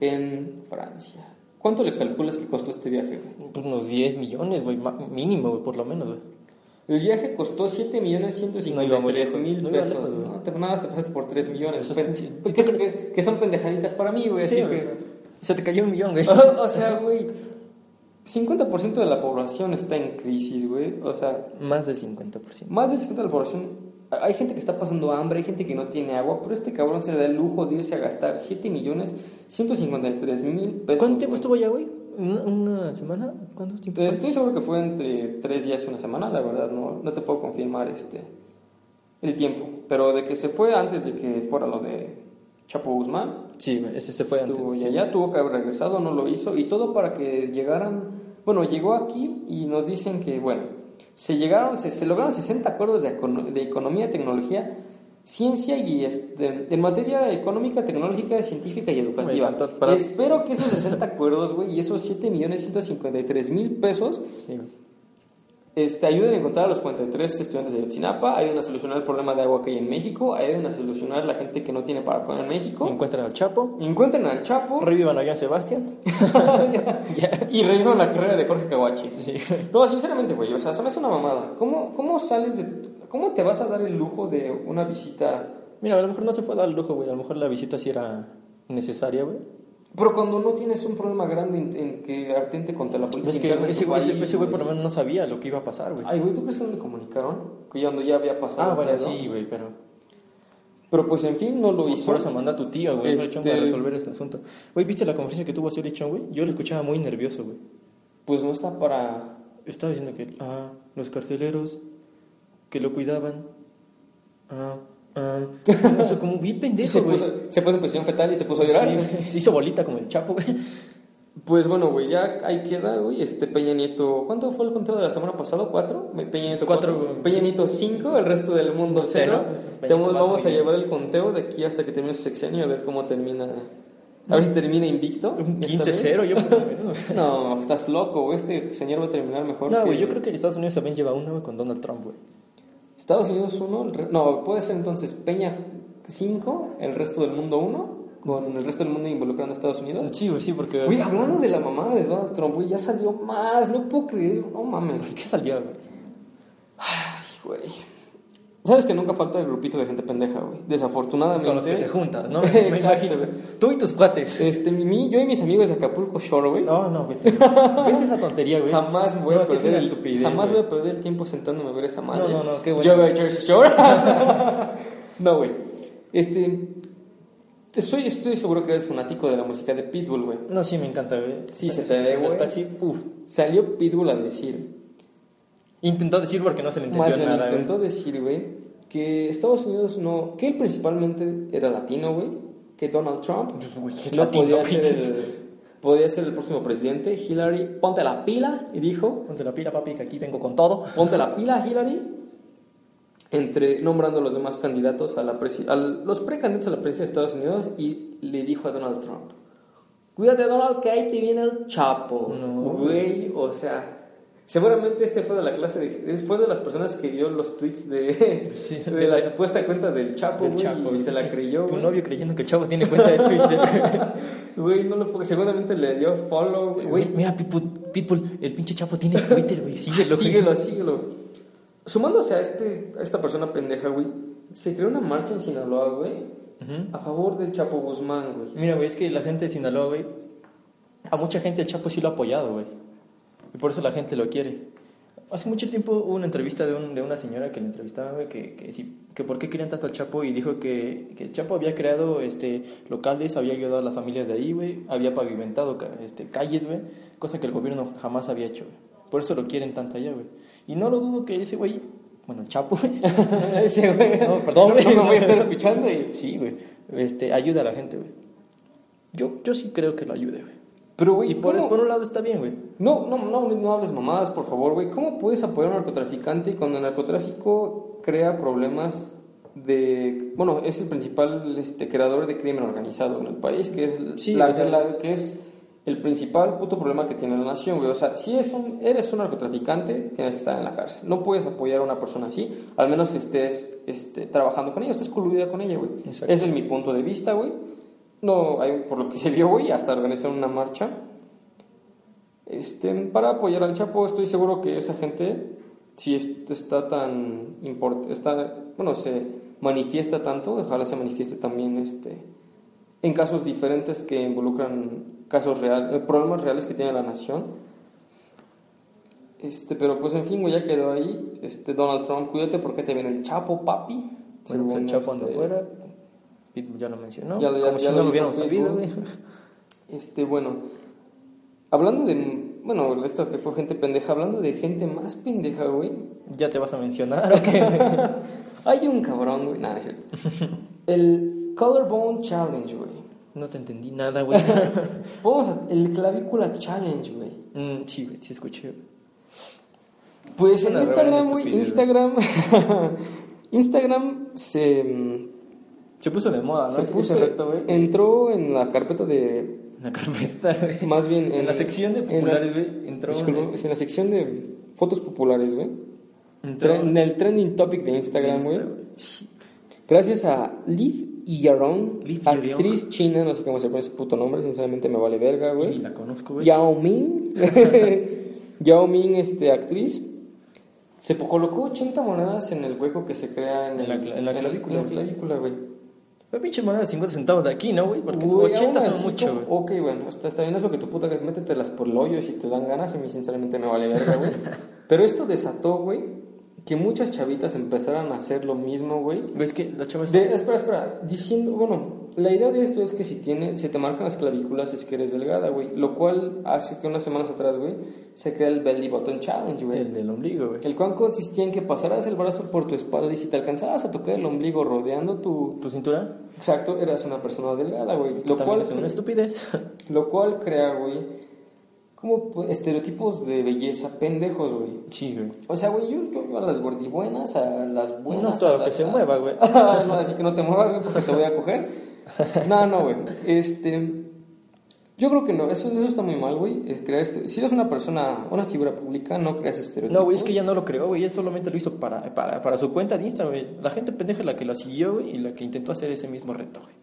[SPEAKER 2] en Francia. ¿Cuánto le calculas que costó este viaje? güey?
[SPEAKER 1] Pues unos 10 millones, güey, ma- mínimo, güey, por lo menos, güey.
[SPEAKER 2] El viaje costó 7 millones
[SPEAKER 1] No iba muy lejos,
[SPEAKER 2] mil
[SPEAKER 1] no iba
[SPEAKER 2] pesos,
[SPEAKER 1] lejos, güey.
[SPEAKER 2] ¿no? Te, nada más te pasaste por 3 millones.
[SPEAKER 1] Eso es
[SPEAKER 2] pues,
[SPEAKER 1] pinche-
[SPEAKER 2] pues, que, son- que- que son pendejaditas para mí, güey, así
[SPEAKER 1] Sí, güey.
[SPEAKER 2] que...
[SPEAKER 1] Se te cayó un millón, güey.
[SPEAKER 2] o sea, güey, 50% de la población está en crisis, güey. O sea,
[SPEAKER 1] Más del 50%.
[SPEAKER 2] más del 50% de la población... Hay gente que está pasando hambre, hay gente que no tiene agua, pero este cabrón se da el lujo de irse a gastar 7 millones 153 mil pesos.
[SPEAKER 1] ¿Cuánto tiempo
[SPEAKER 2] güey.
[SPEAKER 1] estuvo allá, güey? ¿Una, una semana? ¿Cuánto tiempo?
[SPEAKER 2] Estoy seguro que fue entre tres días y una semana, la verdad, no, no te puedo confirmar este, el tiempo. Pero de que se fue antes de que fuera lo de Chapo Guzmán,
[SPEAKER 1] Sí, güey, ese se fue antes.
[SPEAKER 2] estuvo
[SPEAKER 1] sí.
[SPEAKER 2] ya allá, tuvo que haber regresado, no lo hizo, y todo para que llegaran, bueno, llegó aquí y nos dicen que, bueno, se llegaron, se, se lograron 60 acuerdos de, econo- de economía, tecnología, ciencia y este, en materia económica, tecnológica, científica y educativa.
[SPEAKER 1] Bueno, entonces, para-
[SPEAKER 2] Espero que esos 60 acuerdos, güey, y esos 7 millones 153 mil pesos
[SPEAKER 1] Sí, güey.
[SPEAKER 2] este, ayuden a encontrar a los 43 estudiantes de Ayotzinapa, ayuden a solucionar el problema de agua que hay en México, ayuden a solucionar la gente que no tiene para comer en México,
[SPEAKER 1] Encuentran al Chapo.
[SPEAKER 2] encuentren al Chapo
[SPEAKER 1] Revivan a Joan Sebastián.
[SPEAKER 2] y revivan la carrera de Jorge Kawachi. No, sinceramente, güey, o sea, eso es una mamada. ¿Cómo, cómo sales de... ¿Cómo te vas a dar el lujo de una visita?
[SPEAKER 1] Mira, a lo mejor no se fue a dar el lujo, güey. A lo mejor la visita sí era necesaria, güey.
[SPEAKER 2] Pero cuando no tienes un problema grande en, en que atente contra la política.
[SPEAKER 1] Es que
[SPEAKER 2] interna de
[SPEAKER 1] ese
[SPEAKER 2] tu
[SPEAKER 1] güey, ese-
[SPEAKER 2] país,
[SPEAKER 1] ese güey por lo
[SPEAKER 2] güey.
[SPEAKER 1] menos no sabía lo que iba a pasar, güey.
[SPEAKER 2] Ay, güey, ¿tú crees que no le comunicaron? Que cuando ya había pasado.
[SPEAKER 1] Ah, bueno,
[SPEAKER 2] ¿no?
[SPEAKER 1] sí, güey, pero...
[SPEAKER 2] Pero pues, en fin, no lo hizo.
[SPEAKER 1] Por eso mandó a tu tío, güey,
[SPEAKER 2] Este-
[SPEAKER 1] Chong, para resolver este asunto. Güey, ¿viste la conferencia que tuvo Siri Chong, güey? Yo lo escuchaba muy nervioso, güey.
[SPEAKER 2] Pues no está para...
[SPEAKER 1] Estaba diciendo que, ah, los carceleros que lo cuidaban. Ah, ah. No sé, como bien pendejo,
[SPEAKER 2] se,
[SPEAKER 1] güey.
[SPEAKER 2] puso, se puso en posición fetal y se puso a llorar.
[SPEAKER 1] Sí, güey, se hizo bolita como el Chapo, güey.
[SPEAKER 2] Pues bueno, güey, ya ahí queda, güey. Este Peña Nieto, ¿cuánto fue el conteo de la semana pasada? ¿Cuatro? Peña Nieto
[SPEAKER 1] Cuatro,
[SPEAKER 2] cuatro.
[SPEAKER 1] güey.
[SPEAKER 2] Peña Nieto cinco, el resto del mundo cero.
[SPEAKER 1] Cero. Peña Nieto
[SPEAKER 2] Tenemos-
[SPEAKER 1] más
[SPEAKER 2] vamos a
[SPEAKER 1] Peña.
[SPEAKER 2] llevar el conteo de aquí hasta que termine su sexenio, a ver cómo termina. A ver si termina invicto.
[SPEAKER 1] Un
[SPEAKER 2] esta
[SPEAKER 1] 15-0,
[SPEAKER 2] vez.
[SPEAKER 1] yo por lo menos.
[SPEAKER 2] No, estás loco, güey. Este señor va a terminar mejor.
[SPEAKER 1] No, güey, yo creo que Estados Unidos también lleva una, güey, con Donald Trump, güey.
[SPEAKER 2] Estados Unidos uno, el re- no, puede ser entonces Peña cinco, el resto del mundo uno, con el resto del mundo involucrando a Estados Unidos.
[SPEAKER 1] Sí, güey, sí, porque.
[SPEAKER 2] Güey, hablando de la mamá de Donald Trump, güey, ya salió más, no puedo creer, no mames.
[SPEAKER 1] ¿Qué salía, güey?
[SPEAKER 2] Ay, güey. Sabes que nunca falta el grupito de gente pendeja, güey. Desafortunadamente.
[SPEAKER 1] Con los que te juntas, ¿no? Me
[SPEAKER 2] Exacto,
[SPEAKER 1] imagino,
[SPEAKER 2] güey.
[SPEAKER 1] ¿eh? güey. Tú y tus cuates.
[SPEAKER 2] Este, mi- mi- yo y mis amigos de Acapulco Shore, güey.
[SPEAKER 1] No, no, güey. ¿Ves esa tontería, güey?
[SPEAKER 2] Jamás voy
[SPEAKER 1] No,
[SPEAKER 2] a
[SPEAKER 1] es una
[SPEAKER 2] perder el,
[SPEAKER 1] estupidez,
[SPEAKER 2] jamás
[SPEAKER 1] güey.
[SPEAKER 2] voy a perder el tiempo sentándome a ver esa madre.
[SPEAKER 1] No, no, no, qué bueno.
[SPEAKER 2] Yo veo Jersey Shore. no, güey. Este, soy, estoy seguro que eres fanático de la música de Pitbull, güey.
[SPEAKER 1] No, sí, me encanta, güey.
[SPEAKER 2] Sí, se
[SPEAKER 1] Sale-
[SPEAKER 2] te ve,
[SPEAKER 1] sale
[SPEAKER 2] güey.
[SPEAKER 1] El taxi, uf.
[SPEAKER 2] Salió Pitbull a decir,
[SPEAKER 1] Intentó decir porque no se le
[SPEAKER 2] Más
[SPEAKER 1] entendió
[SPEAKER 2] bien
[SPEAKER 1] nada,
[SPEAKER 2] intentó
[SPEAKER 1] güey.
[SPEAKER 2] decir, güey, que Estados Unidos no, que él principalmente era latino, güey, que Donald Trump
[SPEAKER 1] Güey, es
[SPEAKER 2] no
[SPEAKER 1] Pues, latino,
[SPEAKER 2] podía
[SPEAKER 1] güey.
[SPEAKER 2] ser el podía ser el próximo presidente. Hillary, ponte la pila y dijo,
[SPEAKER 1] Ponte la pila, papi, que aquí vengo con todo.
[SPEAKER 2] ponte la pila, Hillary, entre nombrando a los demás candidatos a la presi- a los precandidatos a la presidencia de Estados Unidos y le dijo a Donald Trump, cuídate Donald que ahí te viene el Chapo,
[SPEAKER 1] No.
[SPEAKER 2] güey, o sea. Seguramente este fue de la clase de, fue de las personas que vio los tweets de,
[SPEAKER 1] Sí.
[SPEAKER 2] de la supuesta cuenta del Chapo,
[SPEAKER 1] Del
[SPEAKER 2] güey,
[SPEAKER 1] Chapo,
[SPEAKER 2] y se la
[SPEAKER 1] güey.
[SPEAKER 2] creyó.
[SPEAKER 1] Tu
[SPEAKER 2] güey.
[SPEAKER 1] novio creyendo que el chavo tiene cuenta de Twitter.
[SPEAKER 2] Güey, no lo porque seguramente le dio follow, güey.
[SPEAKER 1] Güey, mira, Pitbull, Pitbull, el pinche chavo tiene Twitter, güey. Síguelo,
[SPEAKER 2] Síguelo,
[SPEAKER 1] güey.
[SPEAKER 2] síguelo, síguelo. Sumándose a, este, a esta persona pendeja, güey, se creó una marcha en Sinaloa, güey, a favor del Chapo Guzmán, güey.
[SPEAKER 1] Mira, güey, es que la gente de Sinaloa, güey, a mucha gente el Chapo sí lo ha apoyado, güey. Y por eso la gente lo quiere. Hace mucho tiempo hubo una entrevista de, un- de una señora que le entrevistaba, güey, que, que, si- que por qué querían tanto al Chapo y dijo que, que el Chapo había creado este, locales, había ayudado a las familias de ahí, güey, había pavimentado ca- este, calles, güey, cosa que el gobierno jamás había hecho, güey. Por eso lo quieren tanto allá, güey. Y no lo dudo que ese güey, bueno, el Chapo, güey,
[SPEAKER 2] Ese güey.
[SPEAKER 1] No, perdón,
[SPEAKER 2] No, no
[SPEAKER 1] güey.
[SPEAKER 2] me voy a estar escuchando y...
[SPEAKER 1] Sí, güey. Este, ayuda a la gente, güey. Yo, yo sí creo que lo ayude, güey.
[SPEAKER 2] Pero, güey,
[SPEAKER 1] Y por,
[SPEAKER 2] ¿cómo?
[SPEAKER 1] por un lado está bien, güey.
[SPEAKER 2] No, no, no, no hables mamadas, por favor, güey. ¿Cómo puedes apoyar a un narcotraficante cuando el narcotráfico crea problemas de... Bueno, es el principal este, creador de crimen organizado en el país, que es,
[SPEAKER 1] Sí,
[SPEAKER 2] la-
[SPEAKER 1] o sea-
[SPEAKER 2] la- que es el principal puto problema que tiene la nación, güey. O sea, si eres un, eres un narcotraficante, tienes que estar en la cárcel. No puedes apoyar a una persona así, al menos que estés este, trabajando con ella, estés coluida con ella, güey.
[SPEAKER 1] Exacto.
[SPEAKER 2] Ese es mi punto de vista, güey. No, hay- por lo que se vio, güey, hasta organizaron una marcha este, para apoyar al Chapo, estoy seguro que esa gente, si es- está tan import- está, bueno, se manifiesta tanto, ojalá se manifieste también este, en casos diferentes que involucran casos real, eh, problemas reales que tiene la nación. Este, pero pues en fin, güey, ya quedó ahí. Este, Donald Trump, cuídate porque te viene el Chapo, papi.
[SPEAKER 1] Bueno, pues el
[SPEAKER 2] Según,
[SPEAKER 1] Chapo anda
[SPEAKER 2] este,
[SPEAKER 1] afuera. Pitbull ya lo mencionó.
[SPEAKER 2] Ya lo- ya-
[SPEAKER 1] como si
[SPEAKER 2] ya
[SPEAKER 1] no
[SPEAKER 2] lo
[SPEAKER 1] lo
[SPEAKER 2] dijo
[SPEAKER 1] hubiéramos
[SPEAKER 2] Pitbull.
[SPEAKER 1] sabido, güey.
[SPEAKER 2] Este, bueno, hablando de. Bueno, esto que fue gente pendeja, hablando de gente más pendeja, güey.
[SPEAKER 1] ¿Ya te vas a mencionar o qué?
[SPEAKER 2] Hay un cabrón, güey. Nada, es cierto. El Colorbone Challenge, güey.
[SPEAKER 1] no te entendí nada, güey.
[SPEAKER 2] Vamos a. El Clavícula Challenge, güey.
[SPEAKER 1] Mm, sí, güey, sí escuché.
[SPEAKER 2] Pues
[SPEAKER 1] Es
[SPEAKER 2] en
[SPEAKER 1] una
[SPEAKER 2] Instagram,
[SPEAKER 1] reverenda
[SPEAKER 2] güey.
[SPEAKER 1] estupidez,
[SPEAKER 2] Instagram. Instagram se. mm,
[SPEAKER 1] Se puso de moda, ¿no?
[SPEAKER 2] se
[SPEAKER 1] Ese-
[SPEAKER 2] puso-
[SPEAKER 1] ese reto, güey.
[SPEAKER 2] entró en la carpeta de
[SPEAKER 1] Una carpeta, güey.
[SPEAKER 2] Más bien
[SPEAKER 1] en la sección de
[SPEAKER 2] en
[SPEAKER 1] populares,
[SPEAKER 2] las-
[SPEAKER 1] güey. Entró, un-
[SPEAKER 2] disculpa, en la sección de fotos populares, güey.
[SPEAKER 1] este- entró
[SPEAKER 2] Tre- En el trending topic de Instagram, güey.
[SPEAKER 1] Sí.
[SPEAKER 2] Gracias a Liv Yaron,
[SPEAKER 1] Liv Yaron.
[SPEAKER 2] actriz china, no sé cómo se pone su puto nombre, sinceramente me vale verga,
[SPEAKER 1] Ni
[SPEAKER 2] güey.
[SPEAKER 1] la conozco, güey.
[SPEAKER 2] Yao Ming, Yao Ming, este, actriz, se po- colocó 80 monedas en el hueco que se crea en,
[SPEAKER 1] En la
[SPEAKER 2] el-
[SPEAKER 1] cla- en la clavícula.
[SPEAKER 2] en la clavícula, güey.
[SPEAKER 1] Una pinche moneda de 50 centavos de aquí, ¿no, güey? Porque
[SPEAKER 2] Güey,
[SPEAKER 1] 80
[SPEAKER 2] aún
[SPEAKER 1] son
[SPEAKER 2] así,
[SPEAKER 1] mucho,
[SPEAKER 2] como-
[SPEAKER 1] güey.
[SPEAKER 2] Ok, bueno, está, está bien, es lo que tu puta que métetelas por el hoyo si te dan ganas, a mí sinceramente me vale verga, güey. Pero esto desató, güey, que muchas chavitas empezaran a hacer lo mismo, güey.
[SPEAKER 1] Ves que la chava es...
[SPEAKER 2] De- espera, espera, diciendo, bueno, la idea de esto es que si tiene, si te marcan las clavículas es que eres delgada, güey, lo cual hace que unas semanas atrás, güey, se crea el belly button challenge, güey.
[SPEAKER 1] El del ombligo, güey.
[SPEAKER 2] El cual consistía en que pasaras el brazo por tu espalda y si te alcanzabas a tocar el ombligo rodeando tu...
[SPEAKER 1] ¿Tu cintura?
[SPEAKER 2] Exacto, eras una persona delgada, güey.
[SPEAKER 1] Lo
[SPEAKER 2] Lo cual,
[SPEAKER 1] es una estupidez.
[SPEAKER 2] lo cual crea, güey, como pues, estereotipos de belleza pendejos, güey.
[SPEAKER 1] sí, güey.
[SPEAKER 2] O sea, güey, yo, yo veo a las gordibuenas, a las buenas.
[SPEAKER 1] No todo
[SPEAKER 2] a
[SPEAKER 1] lo
[SPEAKER 2] las-
[SPEAKER 1] que se mueva, güey.
[SPEAKER 2] no, así que no te muevas, güey, porque te voy a coger. No, no, güey. Este. Yo creo que no, eso, eso está muy mal, güey. es crear este- si eres una persona, una figura pública, no creas estereotipos.
[SPEAKER 1] No, güey, es que ya no lo creó, güey. Él solamente lo hizo para, para, para su cuenta de Instagram, güey. La gente pendeja es la que la siguió, güey, y la que intentó hacer ese mismo reto, güey.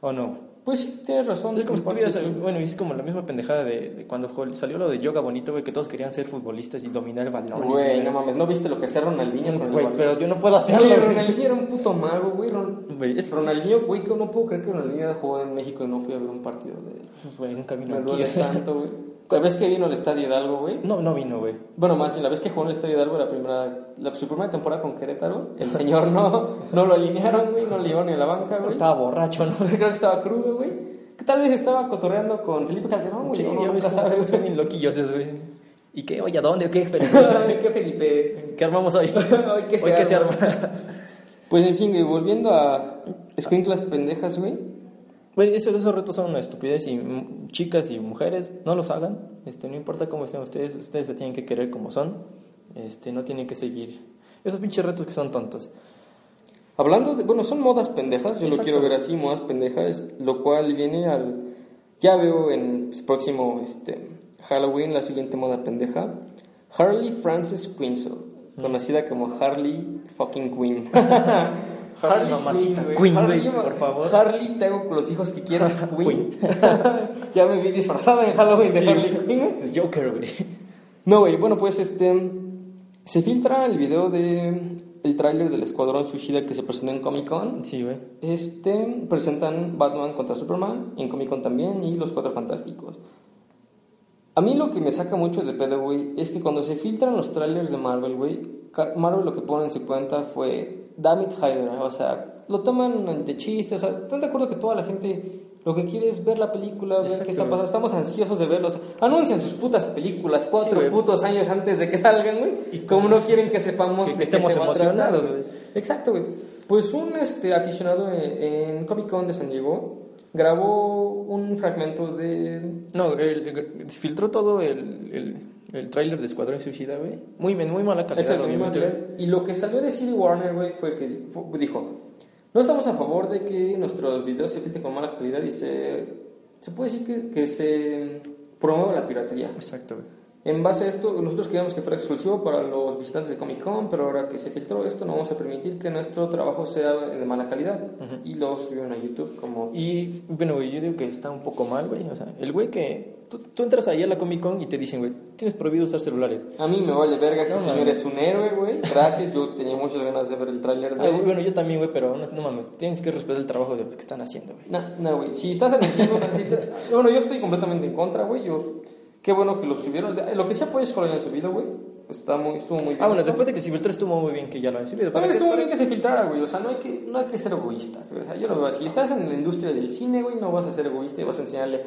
[SPEAKER 1] ¿O no? güey?
[SPEAKER 2] Pues sí, tienes razón.
[SPEAKER 1] Es como si
[SPEAKER 2] en parte
[SPEAKER 1] tuvieras,
[SPEAKER 2] sí.
[SPEAKER 1] bueno, es como la misma pendejada de, de cuando jol- salió lo de yoga bonito, güey, que todos querían ser futbolistas y dominar el balón.
[SPEAKER 2] Güey, no mames, ¿no viste lo que hacía Ronaldinho? con el
[SPEAKER 1] Güey,
[SPEAKER 2] balón?
[SPEAKER 1] pero yo no puedo
[SPEAKER 2] Sí,
[SPEAKER 1] hacerlo, güey.
[SPEAKER 2] Ronaldinho era un puto mago, güey. Ron-
[SPEAKER 1] Güey, es-
[SPEAKER 2] Ronaldinho, güey, que no puedo creer que Ronaldinho jugó en México y no fui a ver un partido de él.
[SPEAKER 1] Güey, nunca vino
[SPEAKER 2] Me
[SPEAKER 1] aquí.
[SPEAKER 2] duele
[SPEAKER 1] o sea.
[SPEAKER 2] tanto, güey. La vez que vino al Estadio Hidalgo, güey.
[SPEAKER 1] No, no vino, güey.
[SPEAKER 2] Bueno, más bien, la vez que jugó en el Estadio Hidalgo, la primera, la, su primera temporada con Querétaro, el señor no, no lo alinearon, güey, no le llevaron ni a la banca, güey.
[SPEAKER 1] Estaba borracho, ¿no?
[SPEAKER 2] Creo que estaba crudo, güey. Que tal vez estaba cotorreando con Felipe Calderón, güey.
[SPEAKER 1] Sí,
[SPEAKER 2] uno
[SPEAKER 1] ya ves
[SPEAKER 2] nunca
[SPEAKER 1] cómo
[SPEAKER 2] sabe,
[SPEAKER 1] somos
[SPEAKER 2] güey.
[SPEAKER 1] bien loquillos, esos, güey. ¿Y qué? Oye, ¿a dónde? ¿O qué?
[SPEAKER 2] Ay, ¿Qué Felipe?
[SPEAKER 1] ¿Qué armamos hoy?
[SPEAKER 2] Hoy que se arma. Pues en fin, güey, volviendo a escuinclas pendejas, güey.
[SPEAKER 1] Güey, eso- esos retos son una estupidez y mm, chicas y mujeres, no los hagan. Este, no importa cómo estén ustedes, ustedes se tienen que querer como son. Este, no tienen que seguir esos pinches retos que son tontos.
[SPEAKER 2] Hablando de, bueno, son modas pendejas, yo lo
[SPEAKER 1] Exacto.
[SPEAKER 2] quiero ver así, modas pendejas, lo cual viene al, ya veo en el próximo este, Halloween la siguiente moda pendeja, Harley Frances Quinzel,
[SPEAKER 1] Mm.
[SPEAKER 2] conocida como Harley fucking Quinn. Harley
[SPEAKER 1] mamacita
[SPEAKER 2] güey.
[SPEAKER 1] Quinn, güey,
[SPEAKER 2] Harley,
[SPEAKER 1] por favor.
[SPEAKER 2] Harley, te hago con los hijos que quieras, Quinn. ya me vi disfrazada en Halloween de Harley Quinn.
[SPEAKER 1] Joker, güey.
[SPEAKER 2] No, güey, bueno, pues este. Se filtra el video de. El tráiler del Escuadrón Suicida que se presentó en Comic Con.
[SPEAKER 1] Sí, güey.
[SPEAKER 2] Este. Presentan Batman contra Superman. En Comic Con también. Y los Cuatro Fantásticos. A mí lo que me saca mucho de pedo, güey, es que cuando se filtran los trailers de Marvel, güey, Car- Marvel lo que pone en su cuenta fue Dammit Hydra, o sea, lo toman de chiste, o sea, están de acuerdo que toda la gente lo que quiere es ver la película, ver qué
[SPEAKER 1] Exacto,
[SPEAKER 2] está
[SPEAKER 1] güey.
[SPEAKER 2] pasando, estamos ansiosos de verlos. Anuncian sus putas películas cuatro
[SPEAKER 1] güey.
[SPEAKER 2] putos años antes de que salgan, güey, y como no quieren que sepamos
[SPEAKER 1] Que- que
[SPEAKER 2] de qué
[SPEAKER 1] estemos
[SPEAKER 2] se va a tratar,
[SPEAKER 1] emocionados, güey.
[SPEAKER 2] Exacto, güey. Pues un este, aficionado en, en Comic Con de San Diego grabó un fragmento de
[SPEAKER 1] No, el- el- filtró todo el, el, el tráiler de Escuadrón Suicida, güey. Muy, bien, muy mala calidad,
[SPEAKER 2] Exacto,
[SPEAKER 1] obviamente.
[SPEAKER 2] misma calidad. Y lo que salió de CD Warner, güey, fue que fu- dijo, no estamos a favor de que nuestros videos se filtren con mala calidad y se, se puede decir que, que se promueva la piratería.
[SPEAKER 1] Exacto, güey.
[SPEAKER 2] En base a esto, nosotros queríamos que fuera exclusivo para los visitantes de Comic Con, pero ahora que se filtró esto, no vamos a permitir que nuestro trabajo sea de mala calidad. Y lo subieron a YouTube como...
[SPEAKER 1] Y bueno, güey, yo digo que está un poco mal, güey. O sea, el güey que. Tú, tú entras ahí a la Comic Con y te dicen, güey, tienes prohibido usar celulares.
[SPEAKER 2] A mí me vale verga, este
[SPEAKER 1] No,
[SPEAKER 2] señor
[SPEAKER 1] mames.
[SPEAKER 2] es un héroe, güey. Gracias, yo tenía muchas ganas de ver el tráiler de...
[SPEAKER 1] Ah, güey, bueno, yo también, güey, pero no, no mames, tienes que respetar el trabajo de los que están haciendo, güey.
[SPEAKER 2] No, no, güey. Si estás anunciando. si está- Bueno, yo estoy completamente en contra, güey. Yo... Qué bueno que lo subieron. Lo que sea, pues, que lo hayan subido, güey. Está muy, estuvo muy bien.
[SPEAKER 1] Ah, bueno,
[SPEAKER 2] esto.
[SPEAKER 1] después de que Civil 3 estuvo muy bien que ya lo han subido.
[SPEAKER 2] También
[SPEAKER 1] ¿Para
[SPEAKER 2] estuvo
[SPEAKER 1] qué?
[SPEAKER 2] bien que se filtrara, güey. O sea, no hay que, no hay que ser egoístas. güey. O sea, yo lo veo así. Estás en la industria del cine, güey. No vas a ser egoísta y vas a enseñarle